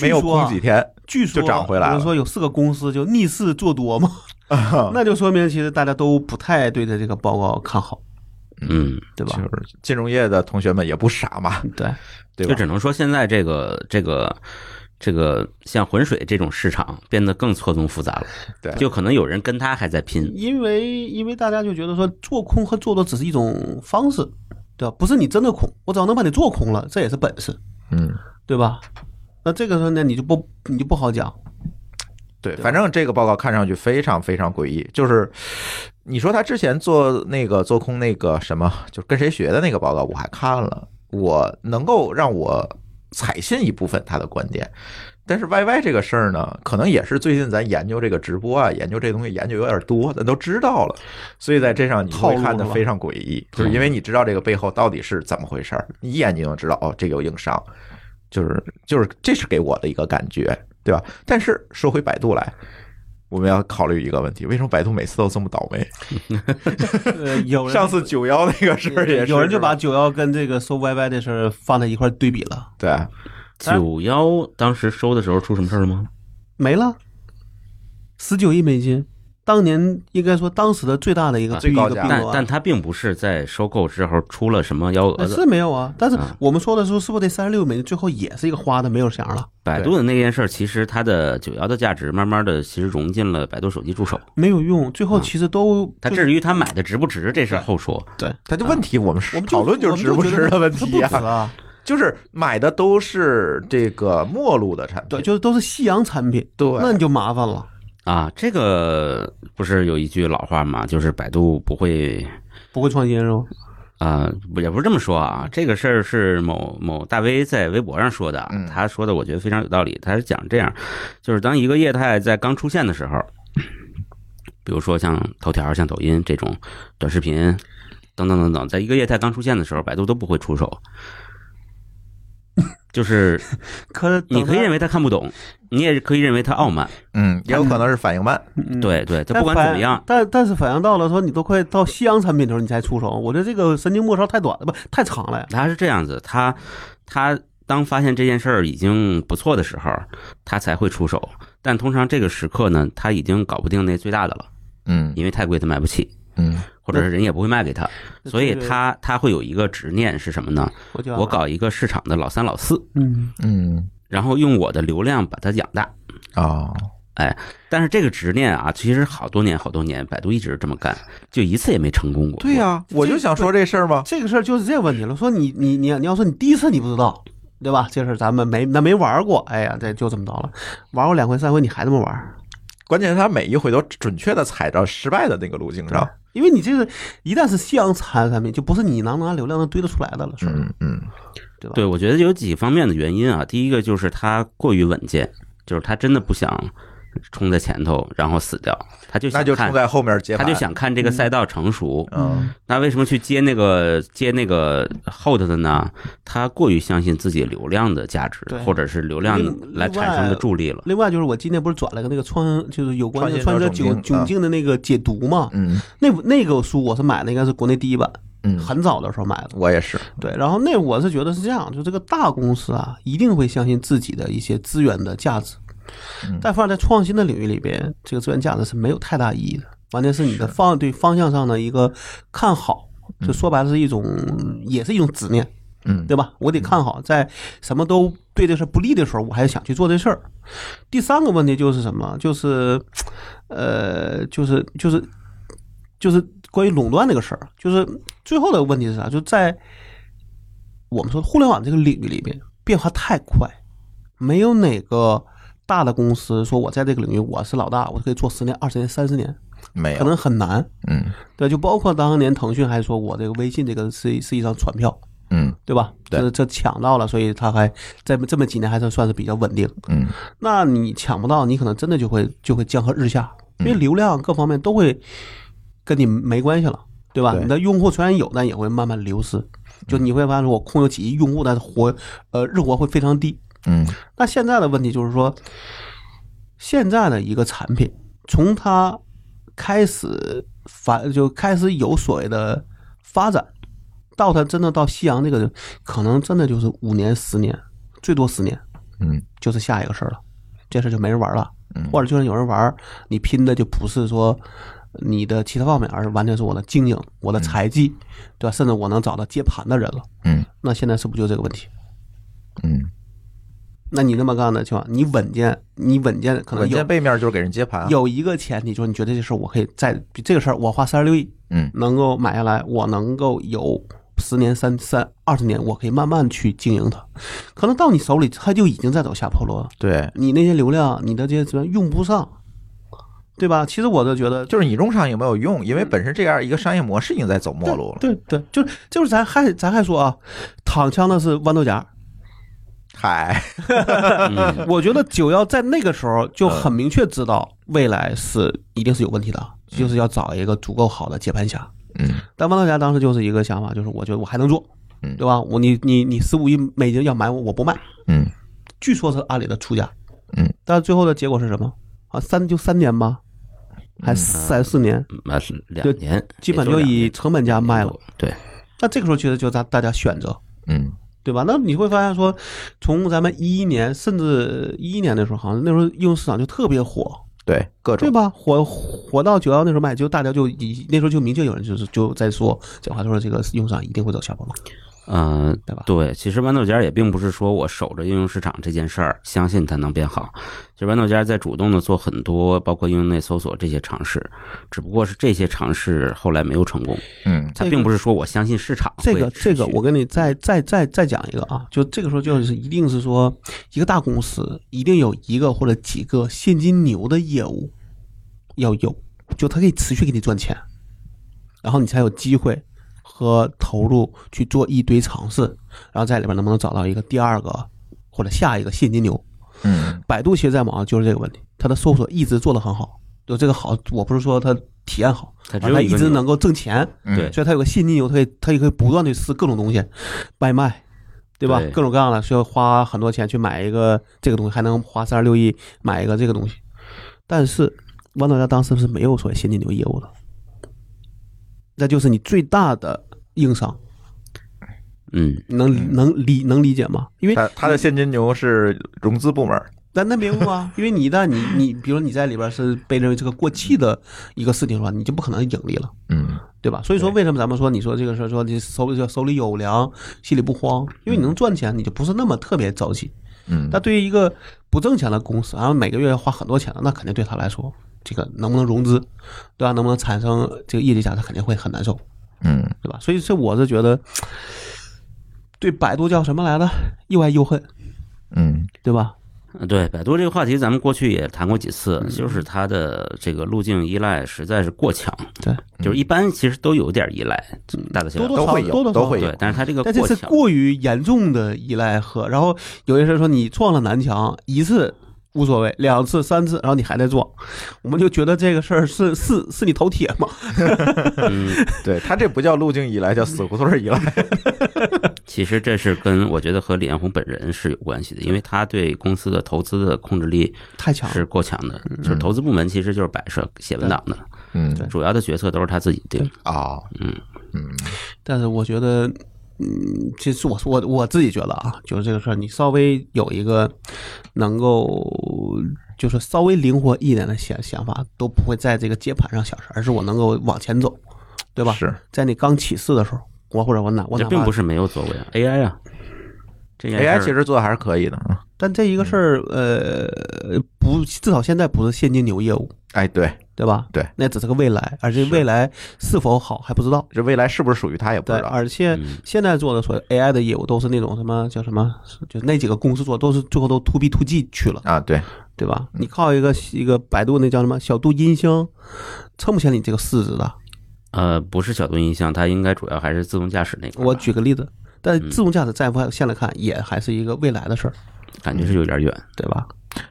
没有据说啊空几天，据说就涨回来了啊有人说有四个公司就逆势做多嘛， 那就说明其实大家都不太对他这个报告看好，嗯，对吧就？是金融业的同学们也不傻嘛，对，对就吧？只能说现在这个这个这个像浑水这种市场变得更错综复杂了，对就可能有人跟他还在拼，因为因为大家就觉得说做空和做多只是一种方式，对吧？不是你真的空，我只要能把你做空了，这也是本事，嗯，对吧？那这个时候呢，你就不你就不 好讲，对，反正这个报告看上去非常非常诡异，就是你说他之前做那个做空那个什么，就是跟谁学的那个报告，我还看了，我能够让我采信一部分他的观点。但是 YY 这个事儿呢，可能也是最近咱研究这个直播啊，研究这东西研究有点多，咱都知道了，所以在这上你套会路看的是吧非常诡异，就是因为你知道这个背后到底是怎么回事儿，你一眼就能知道哦，这有硬伤，就是就是这是给我的一个感觉，对吧？但是说回百度来，我们要考虑一个问题：为什么百度每次都这么倒霉？呃，有人上次九幺那个事儿也是，有人就是吧把九幺跟这个收 YY 的事儿放在一块儿对比了，对当然九幺当时收的时候出什么事儿吗？没了，十九亿美金，当年应该说当时的最大的一个、啊最高价一个但并购但案。他并不是在收购之后出了什么幺呃蛾但子是，没有啊，但是嗯我们说的时候，是不是得三十六美金？最后也是一个花的没有响了，百度的那件事儿，其实它的九幺的价值慢慢的其实融进了百度手机助手。没有用。最后其实都嗯它就是至于它买的值不值，这事儿后说。对，他就问题，我们我是们就讨论我就们值不觉得值它的问它题不值啊， 啊， 就是买的都是这个末路的产品对，，就是都是夕阳产品，对那你就麻烦了。啊，这个不是有一句老话嘛，就是百度不会不会创新是吧？啊、不也不是这么说啊，这个事儿是某某大 V 在微博上说的嗯，他说的我觉得非常有道理。他是讲这样，就是当一个业态在刚出现的时候，比如说像头条、像抖音这种短视频等等等等，在一个业态刚出现的时候，百度都不会出手。就是可是你可以认为为他看不懂，你也可以认为他傲慢，嗯，也有可能是反应慢，对对，他不管怎么样，嗯但但是反映到了说你都快到夕阳产品的时候你才出手，我觉得这个神经末梢太短了，不太长了呀。他是这样子，他他当发现这件事儿已经不错的时候，他才会出手。但通常这个时刻呢，他已经搞不定那最大的了，嗯因为太贵他买不起，嗯，或者是人也不会卖给他，那所以这个他他会有一个执念是什么呢？我就要我搞一个市场的老三老四，嗯，嗯然后用我的流量把它养大。哦，但是这个执念啊，其实好多年好多年，百度一直这么干，就一次也没成功过。对呀、我就想说这事儿嘛，这个事儿就是这问题了。说你你你你要说你第一次你不知道，对吧？这事儿咱们没那没玩过，哎呀，这就这么着了。玩过两回三回你还这么玩，关键是他每一回都准确的踩到失败的那个路径上，因为你这个一旦是夕阳产产品，就不是你能拿流量能堆得出来的了，是吧？嗯嗯，对吧？对，我觉得有几方面的原因啊。第一个就是他过于稳健，就是他真的不想冲在前头，然后死掉，他就那想就看冲在后面接他盘，就想看这个赛道成熟。嗯那为什么去接那个接那个后头的呢？他过于相信自己流量的价值对，或者是流量另来产生的助力了。另外就是我今天不是转了个那个穿就是有关的穿穿越者越窘窘境啊窘境的那个解读嘛，嗯那那个书我是买的应该是国内第一版，嗯，很早的时候买的。我也是，对，然后那我是觉得是这样，就这个大公司啊，一定会相信自己的一些资源的价值，但放在创新的领域里边，这个资源价值是没有太大意义的，完全是你的方对方向上的一个看好，就说白了是一种，也是一种执念。嗯对吧？我得看好，在什么都对这事儿不利的时候，我还想去做这事儿。第三个问题就是什么？就是，呃，就是就是就是关于垄断这个事儿，就是最后的问题是啥？就在我们说互联网这个领域里边，变化太快，没有哪个大的公司说我在这个领域我是老大，我可以做十年、二十年、三十年，没有，可能很难。嗯对，就包括当年腾讯还说我这个微信这个是是一张船票。嗯对吧？对这这抢到了，所以他还在这么几年还算算是比较稳定。嗯那你抢不到，你可能真的就会就会江河日下，因嗯为流量各方面都会跟你没关系了，对吧？对嗯你的用户虽然有，但也会慢慢流失。就你会发现，我空有几亿用户，但是活呃日活会非常低。嗯那现在的问题就是说，现在的一个产品，从它开始发就开始有所谓的发展，到它真的到夕阳这个，可能真的就是五年、十年，最多十年。嗯，就是下一个事儿了，这事儿就没人玩了，嗯或者就算有人玩儿，你拼的就不是说你的其他方面，而是完全是我的经营、我的财技，对吧？甚至我能找到接盘的人了，嗯那现在是不是就这个问题？嗯，那你那么干的情况，你稳健，你稳健可能稳有健背面就是给人接盘啊，有一个前提，就是你觉得这事儿我可以再这个事儿，我花三十六亿，嗯，能够买下来，我能够有十年、三三二十年，我可以慢慢去经营它。可能到你手里，它就已经在走下坡路了。对，你那些流量，你的这些资源用不上，对嗯吧？其实我都觉得，就是你用上有没有用？因为本身这样一个商业模式已经在走末路了，对对，就是就是咱还咱还说啊，躺枪的是豌豆荚，嗨， 嗯我觉得九幺在那个时候就很明确知道未来是一定是有问题的，就是要找一个足够好的接盘侠。嗯，但豌豆荚当时就是一个想法，就是我觉得我还能做，嗯对吧？我你你你十五亿美金要买我，我不卖。嗯，据说是阿里的出价，嗯，但最后的结果是什么？啊，三就三年吧，还三四年，那是两年，基本也就就两以年成本价卖了。。对，那这个时候其实就大大家选择，嗯对吧？那你会发现说，从咱们一一年甚至一一年的时候，好像那时候应用市场就特别火，对，各对种吧？火火到九幺那时候卖，就大家就以那时候就明确有人就是就在说讲话，就说这个应用市场一定会走下坡路。呃，对吧对，其实豌豆荚也并不是说我守着应用市场这件事儿，相信它能变好。其实豌豆荚在主动的做很多，包括应用内搜索这些尝试，只不过是这些尝试后来没有成功。嗯这它个并不是说我相信市场这个啊会持这个，续嗯我跟你再再再再讲一个啊，就这个时候就是一定是说，一个大公司一定有一个或者几个现金牛的业务要有，就它可以持续给你赚钱，然后你才有机会和投入去做一堆尝试，然后在里边能不能找到一个第二个或者下一个现金牛。嗯百度其实在网上就是这个问题，它的搜索一直做得很好，就这个好，我不是说它体验好，啊它只而有它一一个直牛能够挣钱，嗯对所以它有个现金流，它可以它也可以不断的试各种东西，外卖，对吧？对各种各样的，需要花很多钱去买一个这个东西，还能花三十六亿买一个这个东西。但是豌豆荚当时是没有所谓现金流业务的，那就是你最大的硬伤，嗯，能能理能理解吗？因为他他的现金牛是融资部门，但那没用啊，因为你一旦你你，比如你在里边是被认为这个过气的一个事情的话，你就不可能盈利了，嗯对吧？所以说，为什么咱们说你说这个事儿，说你手里手里有粮，心里不慌，因为你能赚钱，你就不是那么特别着急。嗯但对于一个不挣钱的公司，然后每个月要花很多钱的，那肯定对他来说，这个能不能融资，对吧？能不能产生这个业绩价值，他肯定会很难受，嗯对吧？所以这我是觉得，对百度叫什么来着？又爱又恨，嗯对吧？呃对，百度这个话题咱们过去也谈过几次，嗯就是它的这个路径依赖实在是过强。对，嗯就是一般其实都有点依赖，大的小多的多都少会多有，多都少会对有，，但是它这个但这过是强，过于严重的依赖和，然后有些人说你撞了南墙一次无所谓，两次、三次，然后你还在撞，我们就觉得这个事儿是是是你头铁吗？嗯，对他这不叫路径依赖，叫死胡同依赖。其实这是跟我觉得和李彦宏本人是有关系的，因为他对公司的投资的控制力太强了，是过强的，就是投资部门其实就是摆设写文档的，嗯对主要的决策都是他自己定。啊嗯嗯但是我觉得，嗯，其实我我我自己觉得啊，就是这个事儿，你稍微有一个能够就是稍微灵活一点的想想法，都不会在这个接盘上想事儿，而是我能够往前走，对吧？是在你刚起势的时候，我或者我哪我这哪并怕不是没有作为啊，AI 啊，这件事儿 AI 其实做的还是可以的啊，但这一个事儿，嗯呃，不，至少现在不是现金流业务，哎，对，对吧？对，那只是个未来，而且是未来是否好还不知道。这未来是不是属于他也不对，知道。而且嗯现在做的所有 AI 的业务都是那种什么叫什么，就那几个公司做，都是最后都 to B to G 去了，啊，对，对吧？你靠一个一个百度那叫什么小度音箱，撑不起来你这个市值的。呃不是小度音箱，它应该主要还是自动驾驶那嗯块儿吧。我举个例子，但自动驾驶再不现在看也还是一个未来的事儿，感觉是有点远，对吧？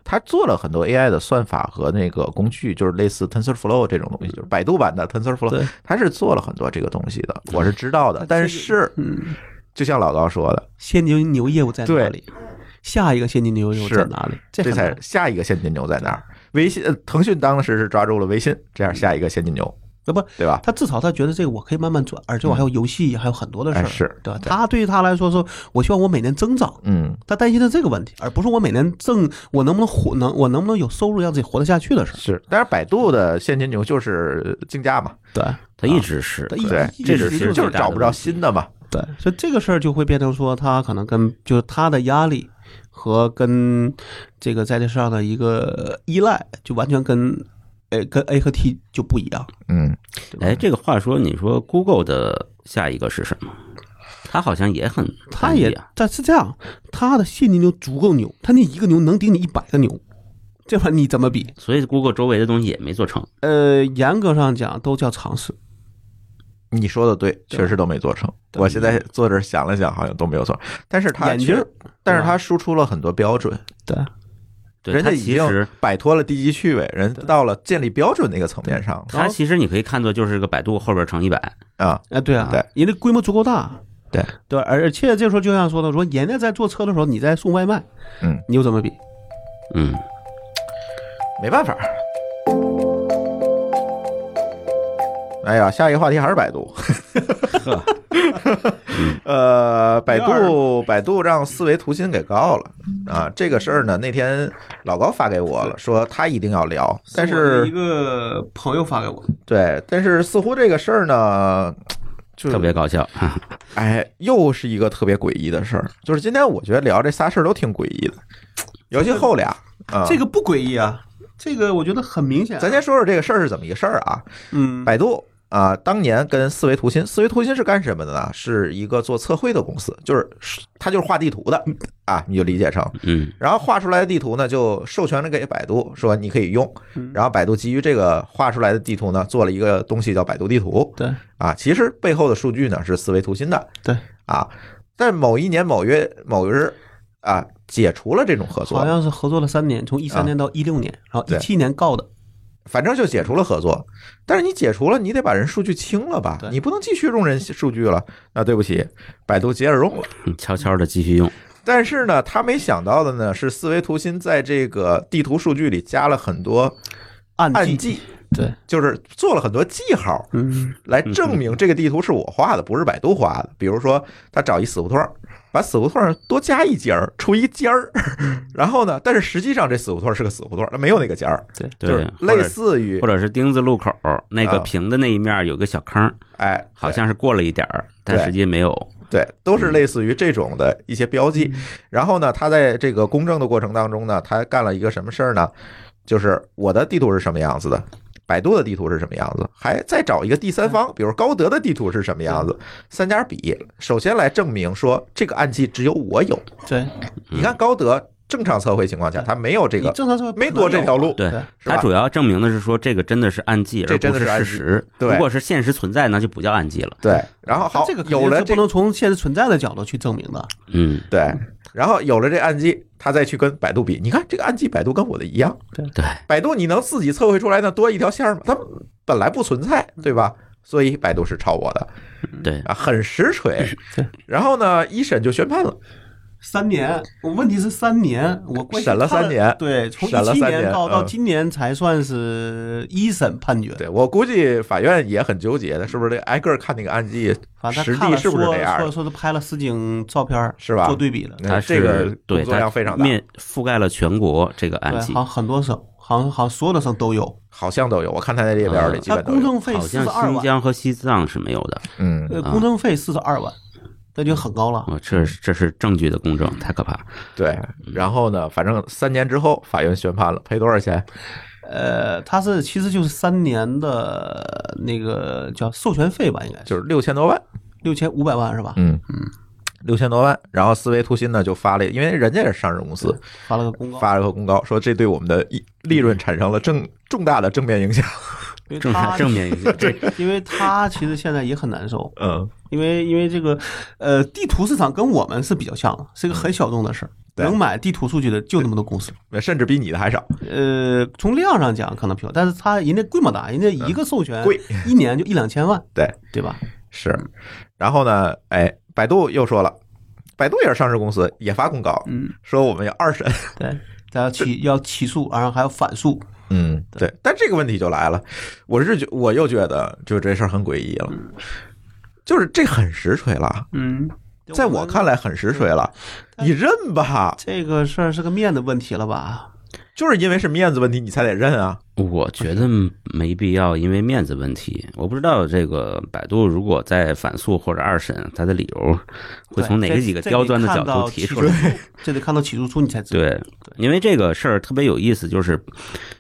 他做了很多 AI 的算法和那个工具，就是类似 TensorFlow 这种东西，就是百度版的嗯对 TensorFlow，他是做了很多这个东西的，我是知道的。但是，嗯，就像老高说的，现金流业务在哪对里？下一个现金流业务在是哪里？这很难嗯才下一个现金牛在哪儿？微信、呃腾讯当时是抓住了微信，这样下一个现金牛那不，对吧？他至少他觉得这个我可以慢慢转，而且我还有游戏，还有很多的事哎儿，是嗯对吧？他对于他来说是，我希望我每年增长，嗯，他担心的这个问题，而不是我每年挣我能不能活，能我能不能有收入让自己活得下去的事儿。是。但是百度的现金流就是竞价嘛，对它一直是它一对，这就是是就是找不着新的嘛，对，所以这个事儿就会变成说，他可能跟就是他的压力和跟这个在这上的一个依赖，就完全跟。呃，跟 A 和 T 就不一样，嗯，哎，这个话说，你说 Google 的下一个是什么？它好像也很他单一也啊，但是这样，他的现金流足够牛，他那一个牛能顶你一百个牛，这玩意儿你怎么比？所以 Google 周围的东西也没做成。呃，严格上讲都叫尝试，你说的对，确实都没做成。对我现在坐这儿想了想，好像都没有做。但是它眼镜儿确，但是对吧它输出了很多标准，对，对，人家它已其经实摆脱了低级趣味，人到了建立标准那个层面上了它其实你可以看作就是个百度后边乘一百，啊。啊，对啊，对，人家规模足够大，对对，而且这时候就像说的，说人家在坐车的时候，你在送外卖，嗯，你又怎么比？嗯。没办法。哎呀，下一个话题还是百 度。呃，百度百度让思维图新给告了啊！这个事儿呢，那天老高发给我了，说他一定要聊，但一是个朋友发给我，对，但是似乎这个事儿呢，就特别搞笑， 哎，又是一个特别诡异的事儿。就是今天我觉得聊这仨事儿都挺诡异的，尤其后俩啊。这个不诡异啊，这个我觉得很明显啊、咱先说说这个事儿是怎么一个事儿啊？嗯，百度啊，当年跟思维图新，思维图新是干什么的呢？是一个做测绘的公司，就是它就是画地图的啊，你就理解成。嗯，然后画出来的地图呢，就授权了给百度，说你可以用。嗯然后百度基于这个画出来的地图呢，做了一个东西叫百度地图对啊。其实背后的数据呢是思维图新的对，啊，在某一年某月某日啊，解除了这种合好作，像是合作了三年，从一啊三年到一六年，然后对一七年告的，反正就解除了合作。但是你解除了，你得把人数据清了吧？对你不能继续用人数据了。那对不起，百度接着用了。悄悄的继续用，但是呢，他没想到的呢是，思维图新在这个地图数据里加了很多按暗记，记，对，就是做了很多记号嗯，来证明这个地图是我画的，不是百度画的。比如说，他找一死胡同儿，把死胡同儿多加一尖儿，出一尖儿，嗯然后呢，但是实际上这死胡同儿是个死胡同儿，它没有那个尖儿，对，就对是，类似于或者是丁字路口那啊个平的那一面有个小坑，哎，好像是过了一点儿，但对实际没有。对，都嗯是类似于这种的一些标记。然后呢，他在这个公证的过程当中呢，他干了一个什么事儿呢？就是我的地图是什么样子的，百度的地图是什么样子，还再找一个第嗯三方，比如高德的地图是什么样子，三家比，首先来证明说这个暗记只有我有。对，你看高德正常测绘情况下，他没有这嗯你个，正常社会不没能多这有条路。对对，是吧它主要证明的是说这个真的是暗记，这而真不的是是暗事记实。对如果是现实存在，那就不叫暗记了。对，然后好啊这个，肯定有了是这不能从现实存在的角度去证明的，嗯，对，然后有了这暗记，他再去跟百度比，你看这个暗记百度跟我的一样，对，百度你能自己测绘出来的多一条线儿吗？它本来不存在，嗯对吧？所以百度是抄我的对，啊，很实锤对。 然后呢，一审就宣判了，三年，我问题是三年，我关系审了三年判了对，从审了一七三年年到到嗯今年才算是一审判决。对我估计法院也很纠结的，是不是得挨个儿看那个案例反正实他看地了是不是说这样说的？说是拍了实景照片儿是吧嗯做对比了，那它这个是对工作它量非常大，面覆盖了全国这个对，暗记好像，很多省，好像好像所有的省都有。好像都有，我看他在列表里基嗯他本都公有。证费好四像十二新万，疆和西藏是没有的。啊嗯，呃，公证费四十二万，那就很高了。哦，这是这是证据的公证，太可怕了。对。嗯然后呢，反正三年之后法院宣判了，赔多少钱？呃，他是其实就是三年的那个叫授权费吧，应该是就是六千多万。六千五百万是吧？嗯嗯，六千多万。然后思维图新呢就发了，因为人家也是上市公司，发了个公告，发了个公告说这对我们的利利润产生了正重大的正面影响。因为正他面正 面一些，这因为他其实现在也很难受，嗯，因为因为这个呃地图市场跟我们是比较像的，是一个很小众的事儿，嗯对能买地图数据的就那么多公司。 甚至比你的还少。呃，从量上讲可能比较，但是他人家规模大，人家一个授权、贵，一年就一两千万，对，对吧？是。然后呢，哎，百度又说了，百度也是上市公司，也发公告嗯，说我们要二审，对，大家起要起诉，然后还要反诉，嗯， 对。但这个问题就来了，我是觉我又觉得就这事儿很诡异了，嗯就是这很实锤了，嗯，在我看来很实锤了，嗯你认吧，这个事儿是个面子问题了吧？就是因为是面子问题你才得认啊。我觉得没必要，因为面子问题，我不知道这个百度如果在反诉或者二审，它的理由会从哪对个这几个这刁得钻的看角到度提起出来。诉书，这得看到起诉书你才知道。 对，因为这个事儿特别有意思，就是，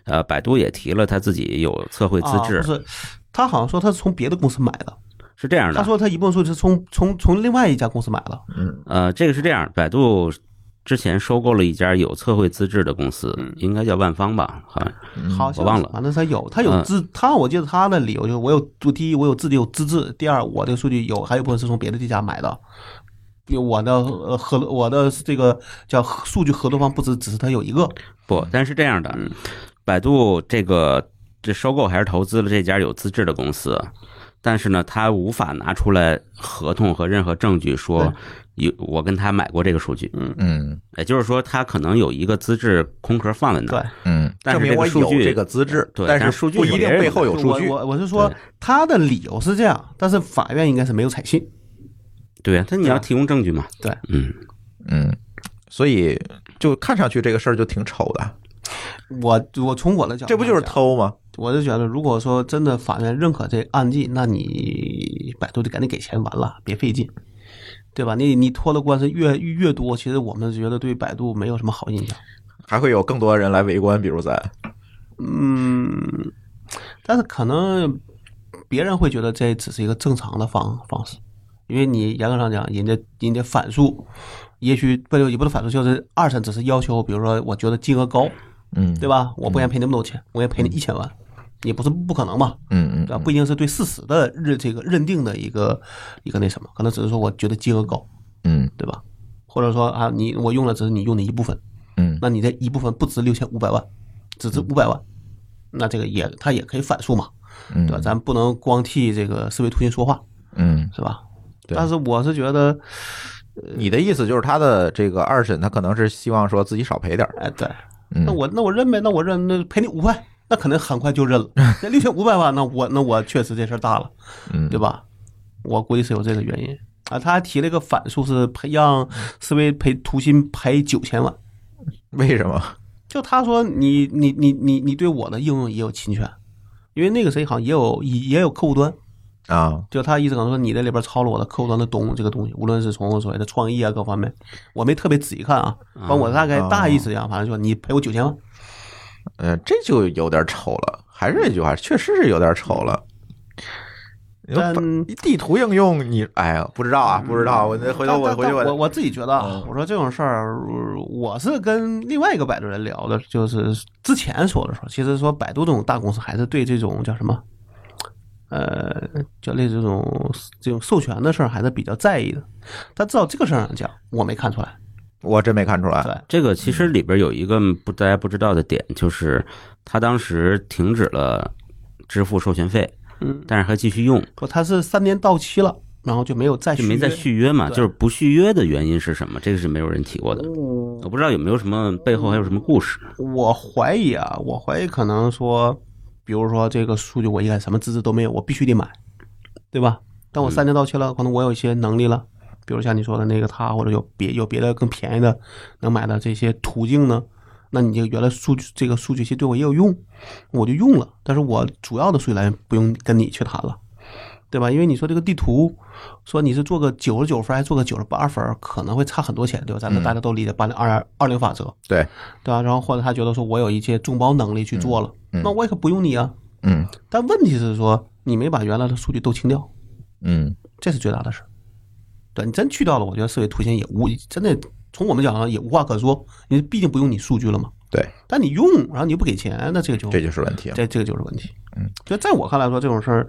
呃，百度也提了他自己有测绘资质，啊、不是，他好像说他是从别的公司买的，是这样他的。说他一部分数是从从从另外一家公司买的，呃，这个是这样，百度之前收购了一家有测绘资质的公司，嗯应该叫万方吧，好像。嗯好我像忘是了反正他有，他有嗯资，他我记得他的理由就是我有，我第一我有自己有资质，第二我的数据有，还有一部分是从别的地家买的。因为我的呃合我的这个叫数据合作方不止只是他有一个，不，但是这样的，百度这个这收购还是投资了这家有资质的公司，但是呢，他无法拿出来合同和任何证据说有我跟他买过这个数据，嗯也就是说，他可能有一个资质空壳放在那对儿，，嗯但证是明我个数有据这个资质，对但但是是数据不是一定别人背后有就数我据。我我是说对他的理由是这样，但是法院应该是没有采信，对呀，他你要提供证据嘛，对，嗯，嗯，所以就看上去这个事儿就挺丑的，我我从我的角度这不就是讲偷吗？我就觉得，如果说真的法院认可这案件，那你百度就赶紧给钱完了，别费劲，对吧？你你拖的官司越越多，其实我们觉得对百度没有什么好印象。还会有更多人来围观，比如咱，嗯，但是可能别人会觉得这只是一个正常的方方式，因为你严格上讲，人家人家反诉，也许不也不是反诉，就是二审只是要求，比如说我觉得金额高，嗯对吧？我不愿意赔你那么多钱，我愿意赔你一千万，也不是不可能吧？嗯对吧？不一定是对事实的认这个认定的一个一个那什么，可能只是说我觉得金额高，嗯对吧？或者说啊，你我用了只是你用的一部分，嗯那你这一部分不值六千五百万，只值五百万，那这个也他也可以反诉嘛，嗯对吧？咱不能光替这个思维图形说话，嗯是吧？对但是我是觉得，呃你的意思就是他的这个二审，他可能是希望说自己少赔点儿。哎，对，嗯那我那我认呗，那我认，那赔你五块，那可能很快就 认了。那六千五百万，那我那我确实这事儿大了，嗯对吧？我估计是有这个原因啊。他还提了一个反诉是赔让思维赔图新赔九千万，为什么？就他说你你你你你对我的应用也有侵权，因为那个谁好像也有也也有客户端，啊，就他意思可能说你在里边抄了我的客户端的东这个东西，无论是从所谓的创意啊各方面，我没特别仔细看啊，反正我大概大意思讲，反正就你赔我九千万。呃，这就有点丑了。还是那句话，确实是有点丑了。你说但把地图应用，你哎呀，不知道啊，不知道。我那回头但我但回去但我我我自己觉得啊，我说这种事儿，呃我是跟另外一个百度人聊的，就是之前说的时候，其实说百度这种大公司还是对这种叫什么，呃，叫类似这种这种授权的事儿还是比较在意的。但至少这个事儿上讲，我没看出来。我真没看出来。对这个其实里边有一个不大家不知道的点，就是他当时停止了支付授权费，嗯，但是还继续用，说他是三年到期了，然后就没有再就没再约续约嘛。对就是不续约的原因是什么？这个是没有人提过的。嗯我不知道有没有什么背后还有什么故事。我怀疑啊，我怀疑可能说，比如说这个数据我一开始什么资质都没有，我必须得买，对吧？但我三年到期了，可能我有一些能力了，比如像你说的那个他，或者有别有别的更便宜的能买的这些途径呢，那你这个原来数据这个数据其实对我也有用，我就用了，但是我主要的数据来源不用跟你去谈了。对吧？因为你说这个地图，说你是做个九十九分儿还是做个九十八分儿，可能会差很多钱，对吧？咱们大家都理解八零二二零法则，对，对吧、然后或者他觉得说我有一些众包能力去做了，嗯那我也可不用你啊。嗯但问题是说你没把原来的数据都清掉，嗯这是最大的事儿。对你真去掉了，我觉得思维图形也无真的从我们讲上也无话可说，因为毕竟不用你数据了嘛。对，但你用，然后你又不给钱，那这个就这就是问题了。这这个就是问题。嗯，就在我看来说这种事儿，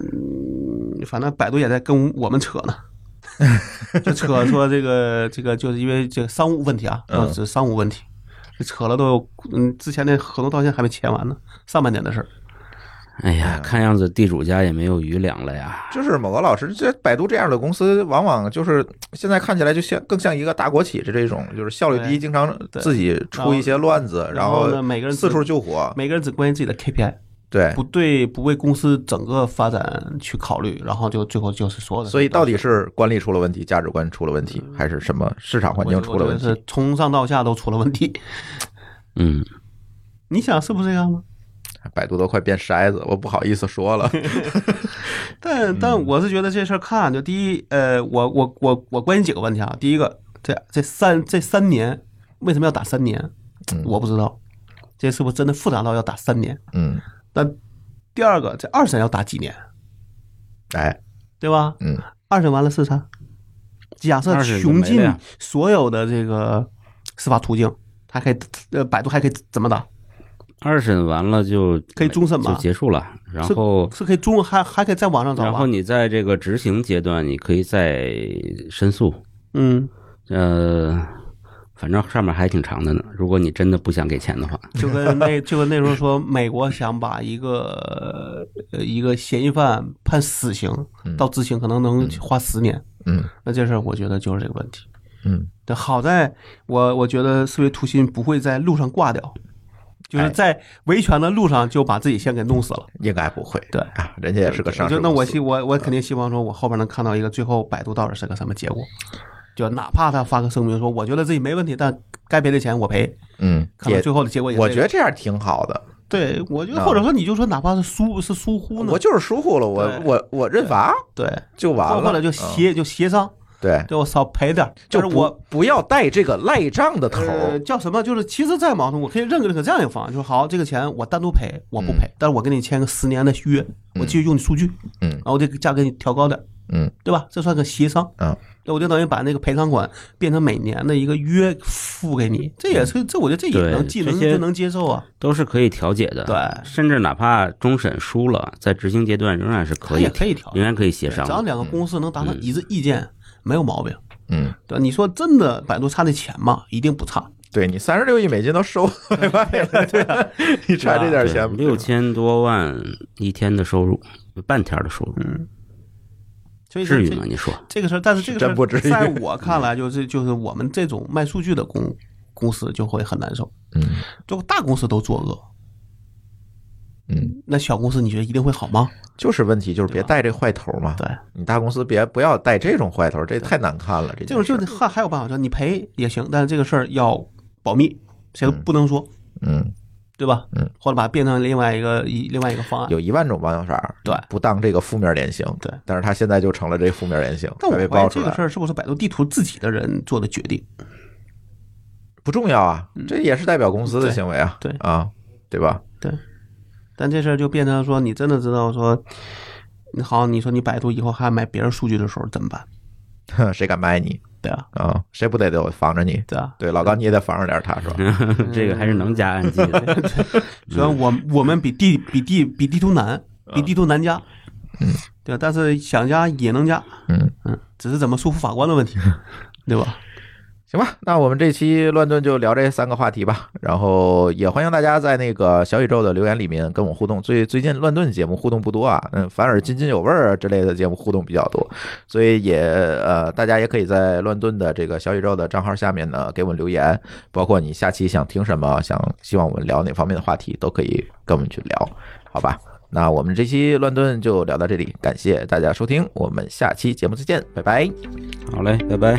嗯，反正百度也在跟我们扯呢。 就扯说这个这个，就是因为这个商务问题啊，嗯呃是商务问题，扯了都有，嗯，之前那合同到现在还没签完呢，上半年的事儿。哎呀，看样子地主家也没有余粮了呀。就是某个老师，这百度这样的公司，往往就是现在看起来就像更像一个大国企的这种，就是效率低，对经常对自己出一些乱子，然后后呢，每个人四只处救火。每个人只关心自己的 KPI，对，不对，不为公司整个发展去考虑，然后就最后就是所有的。所以到底是管理出了问题，价值观出了问题，还是什么市场环境出了问嗯我觉题得？是从上到下都出了问题。 嗯，你想是不是这样吗？百度都快变筛子，我不好意思说 了。但但我是觉得这事儿看，就第一，呃，我我我我关心几个问题啊。第一个，这这三这三年为什么要打三年？我不知道，这是不是真的复杂到要打三年？嗯，那第二个，这二审要打几年，哎，对吧？嗯，二审完了四审，假设二审就穷没尽了呀所有的这个司法途径，还可以呃，百度还可以怎么打？二审完了就可以终审吧就结束了。然后是是可以中还还可以在网上找吧？然后你在这个执行阶段，你可以再申诉。嗯，呃，反正上面还挺长的呢。如果你真的不想给钱的话， 就跟那就跟那时候说，美国想把一个呃一个嫌疑犯判死刑，到执行可能能花十年。嗯那这事儿我觉得就是这个问题。嗯，但好在我我觉得思维图新不会在路上挂掉，哎就是在维权的路上就把自己先给弄死了。应该不会。对啊，人家也是个上我市就那我公司希我我肯定希望说，我后边能看到一个最后百度到底是个什么结果，就哪怕他发个声明说，我觉得自己没问题，但该赔的钱我赔，嗯，可能也最后的结果也是我这觉个得这样挺好的。对，我觉得啊或者说你就说哪怕是疏是疏忽呢我，就是疏忽了，我对我我认罚对，就完了，或者就嗯协就协商，对，对我少赔点儿，就是不我。不要带这个赖账的头儿呃，，叫什么？就是其实再矛盾，我可以认可这样一个方案，就是好，这个钱我单独赔，我不赔，但是我跟你签个十年的约，我继续用你数据，嗯然后这个价格给你调高点，嗯，对吧？这算个协商，嗯，对，我就等于把那个赔偿款变成每年的一个约付给你，这嗯也是这，我觉得这也对能既这能些就能接受啊，都是可以调解的。对甚至哪怕终审输了，在执行阶段仍然是可以，也可以调仍然可以协只商要的。两个公司能达成一致意见，没有毛病。嗯，对，你说真的，百度差那钱吗？一定不差。对你三十六亿美金都收 回来了，对吧？你差这点啊钱，六千多万一天的收入，半天的收入，所以说至于这吗？你说这个事儿，但是这个事真不至儿，于嗯在我看来，就是就是我们这种卖数据的公公司就会很难受。嗯，就大公司都作恶，嗯，那小公司你觉得一定会好吗？就是问题就是别带这坏头嘛。对，你大公司别不要带这种坏头，这太难看了。这这件种事就儿是还还有办法，说你赔也行，但是这个事儿要保密，谁都不能说，嗯，对吧？嗯，或者把它变成另外一个一另外一个方案。有一万种方法，对不当这个负面典型，对但是他现在就成了这负面典型，但我还被怀爆疑出这来个了事儿是不是百度地图自己的人做的决定？不重要啊，这也是代表公司的嗯对行为啊，对啊，对吧？ 对，但这事儿就变成说，你真的知道说，你好，你说你百度以后还买别人数据的时候怎么办？哼谁敢卖你对啊，啊？谁不得得防着你？对啊。对，老高你也得防着点儿他，是吧？ 这个还是能加按揭的。虽然我我们比地比地比地图难，比地图难加，对吧？但是想加也能加，嗯嗯，只是怎么说服法官的问题，对吧？行吧，那我们这期乱炖就聊这三个话题吧，然后也欢迎大家在那个小宇宙的留言里面跟我互动。最最近乱炖节目互动不多啊，嗯，反而津津有味儿之类的节目互动比较多，所以也呃，大家也可以在乱炖的这个小宇宙的账号下面呢给我们留言，包括你下期想听什么，想希望我们聊哪方面的话题，都可以跟我们去聊，好吧？那我们这期乱炖就聊到这里，感谢大家收听，我们下期节目再见，拜拜。好嘞，拜拜。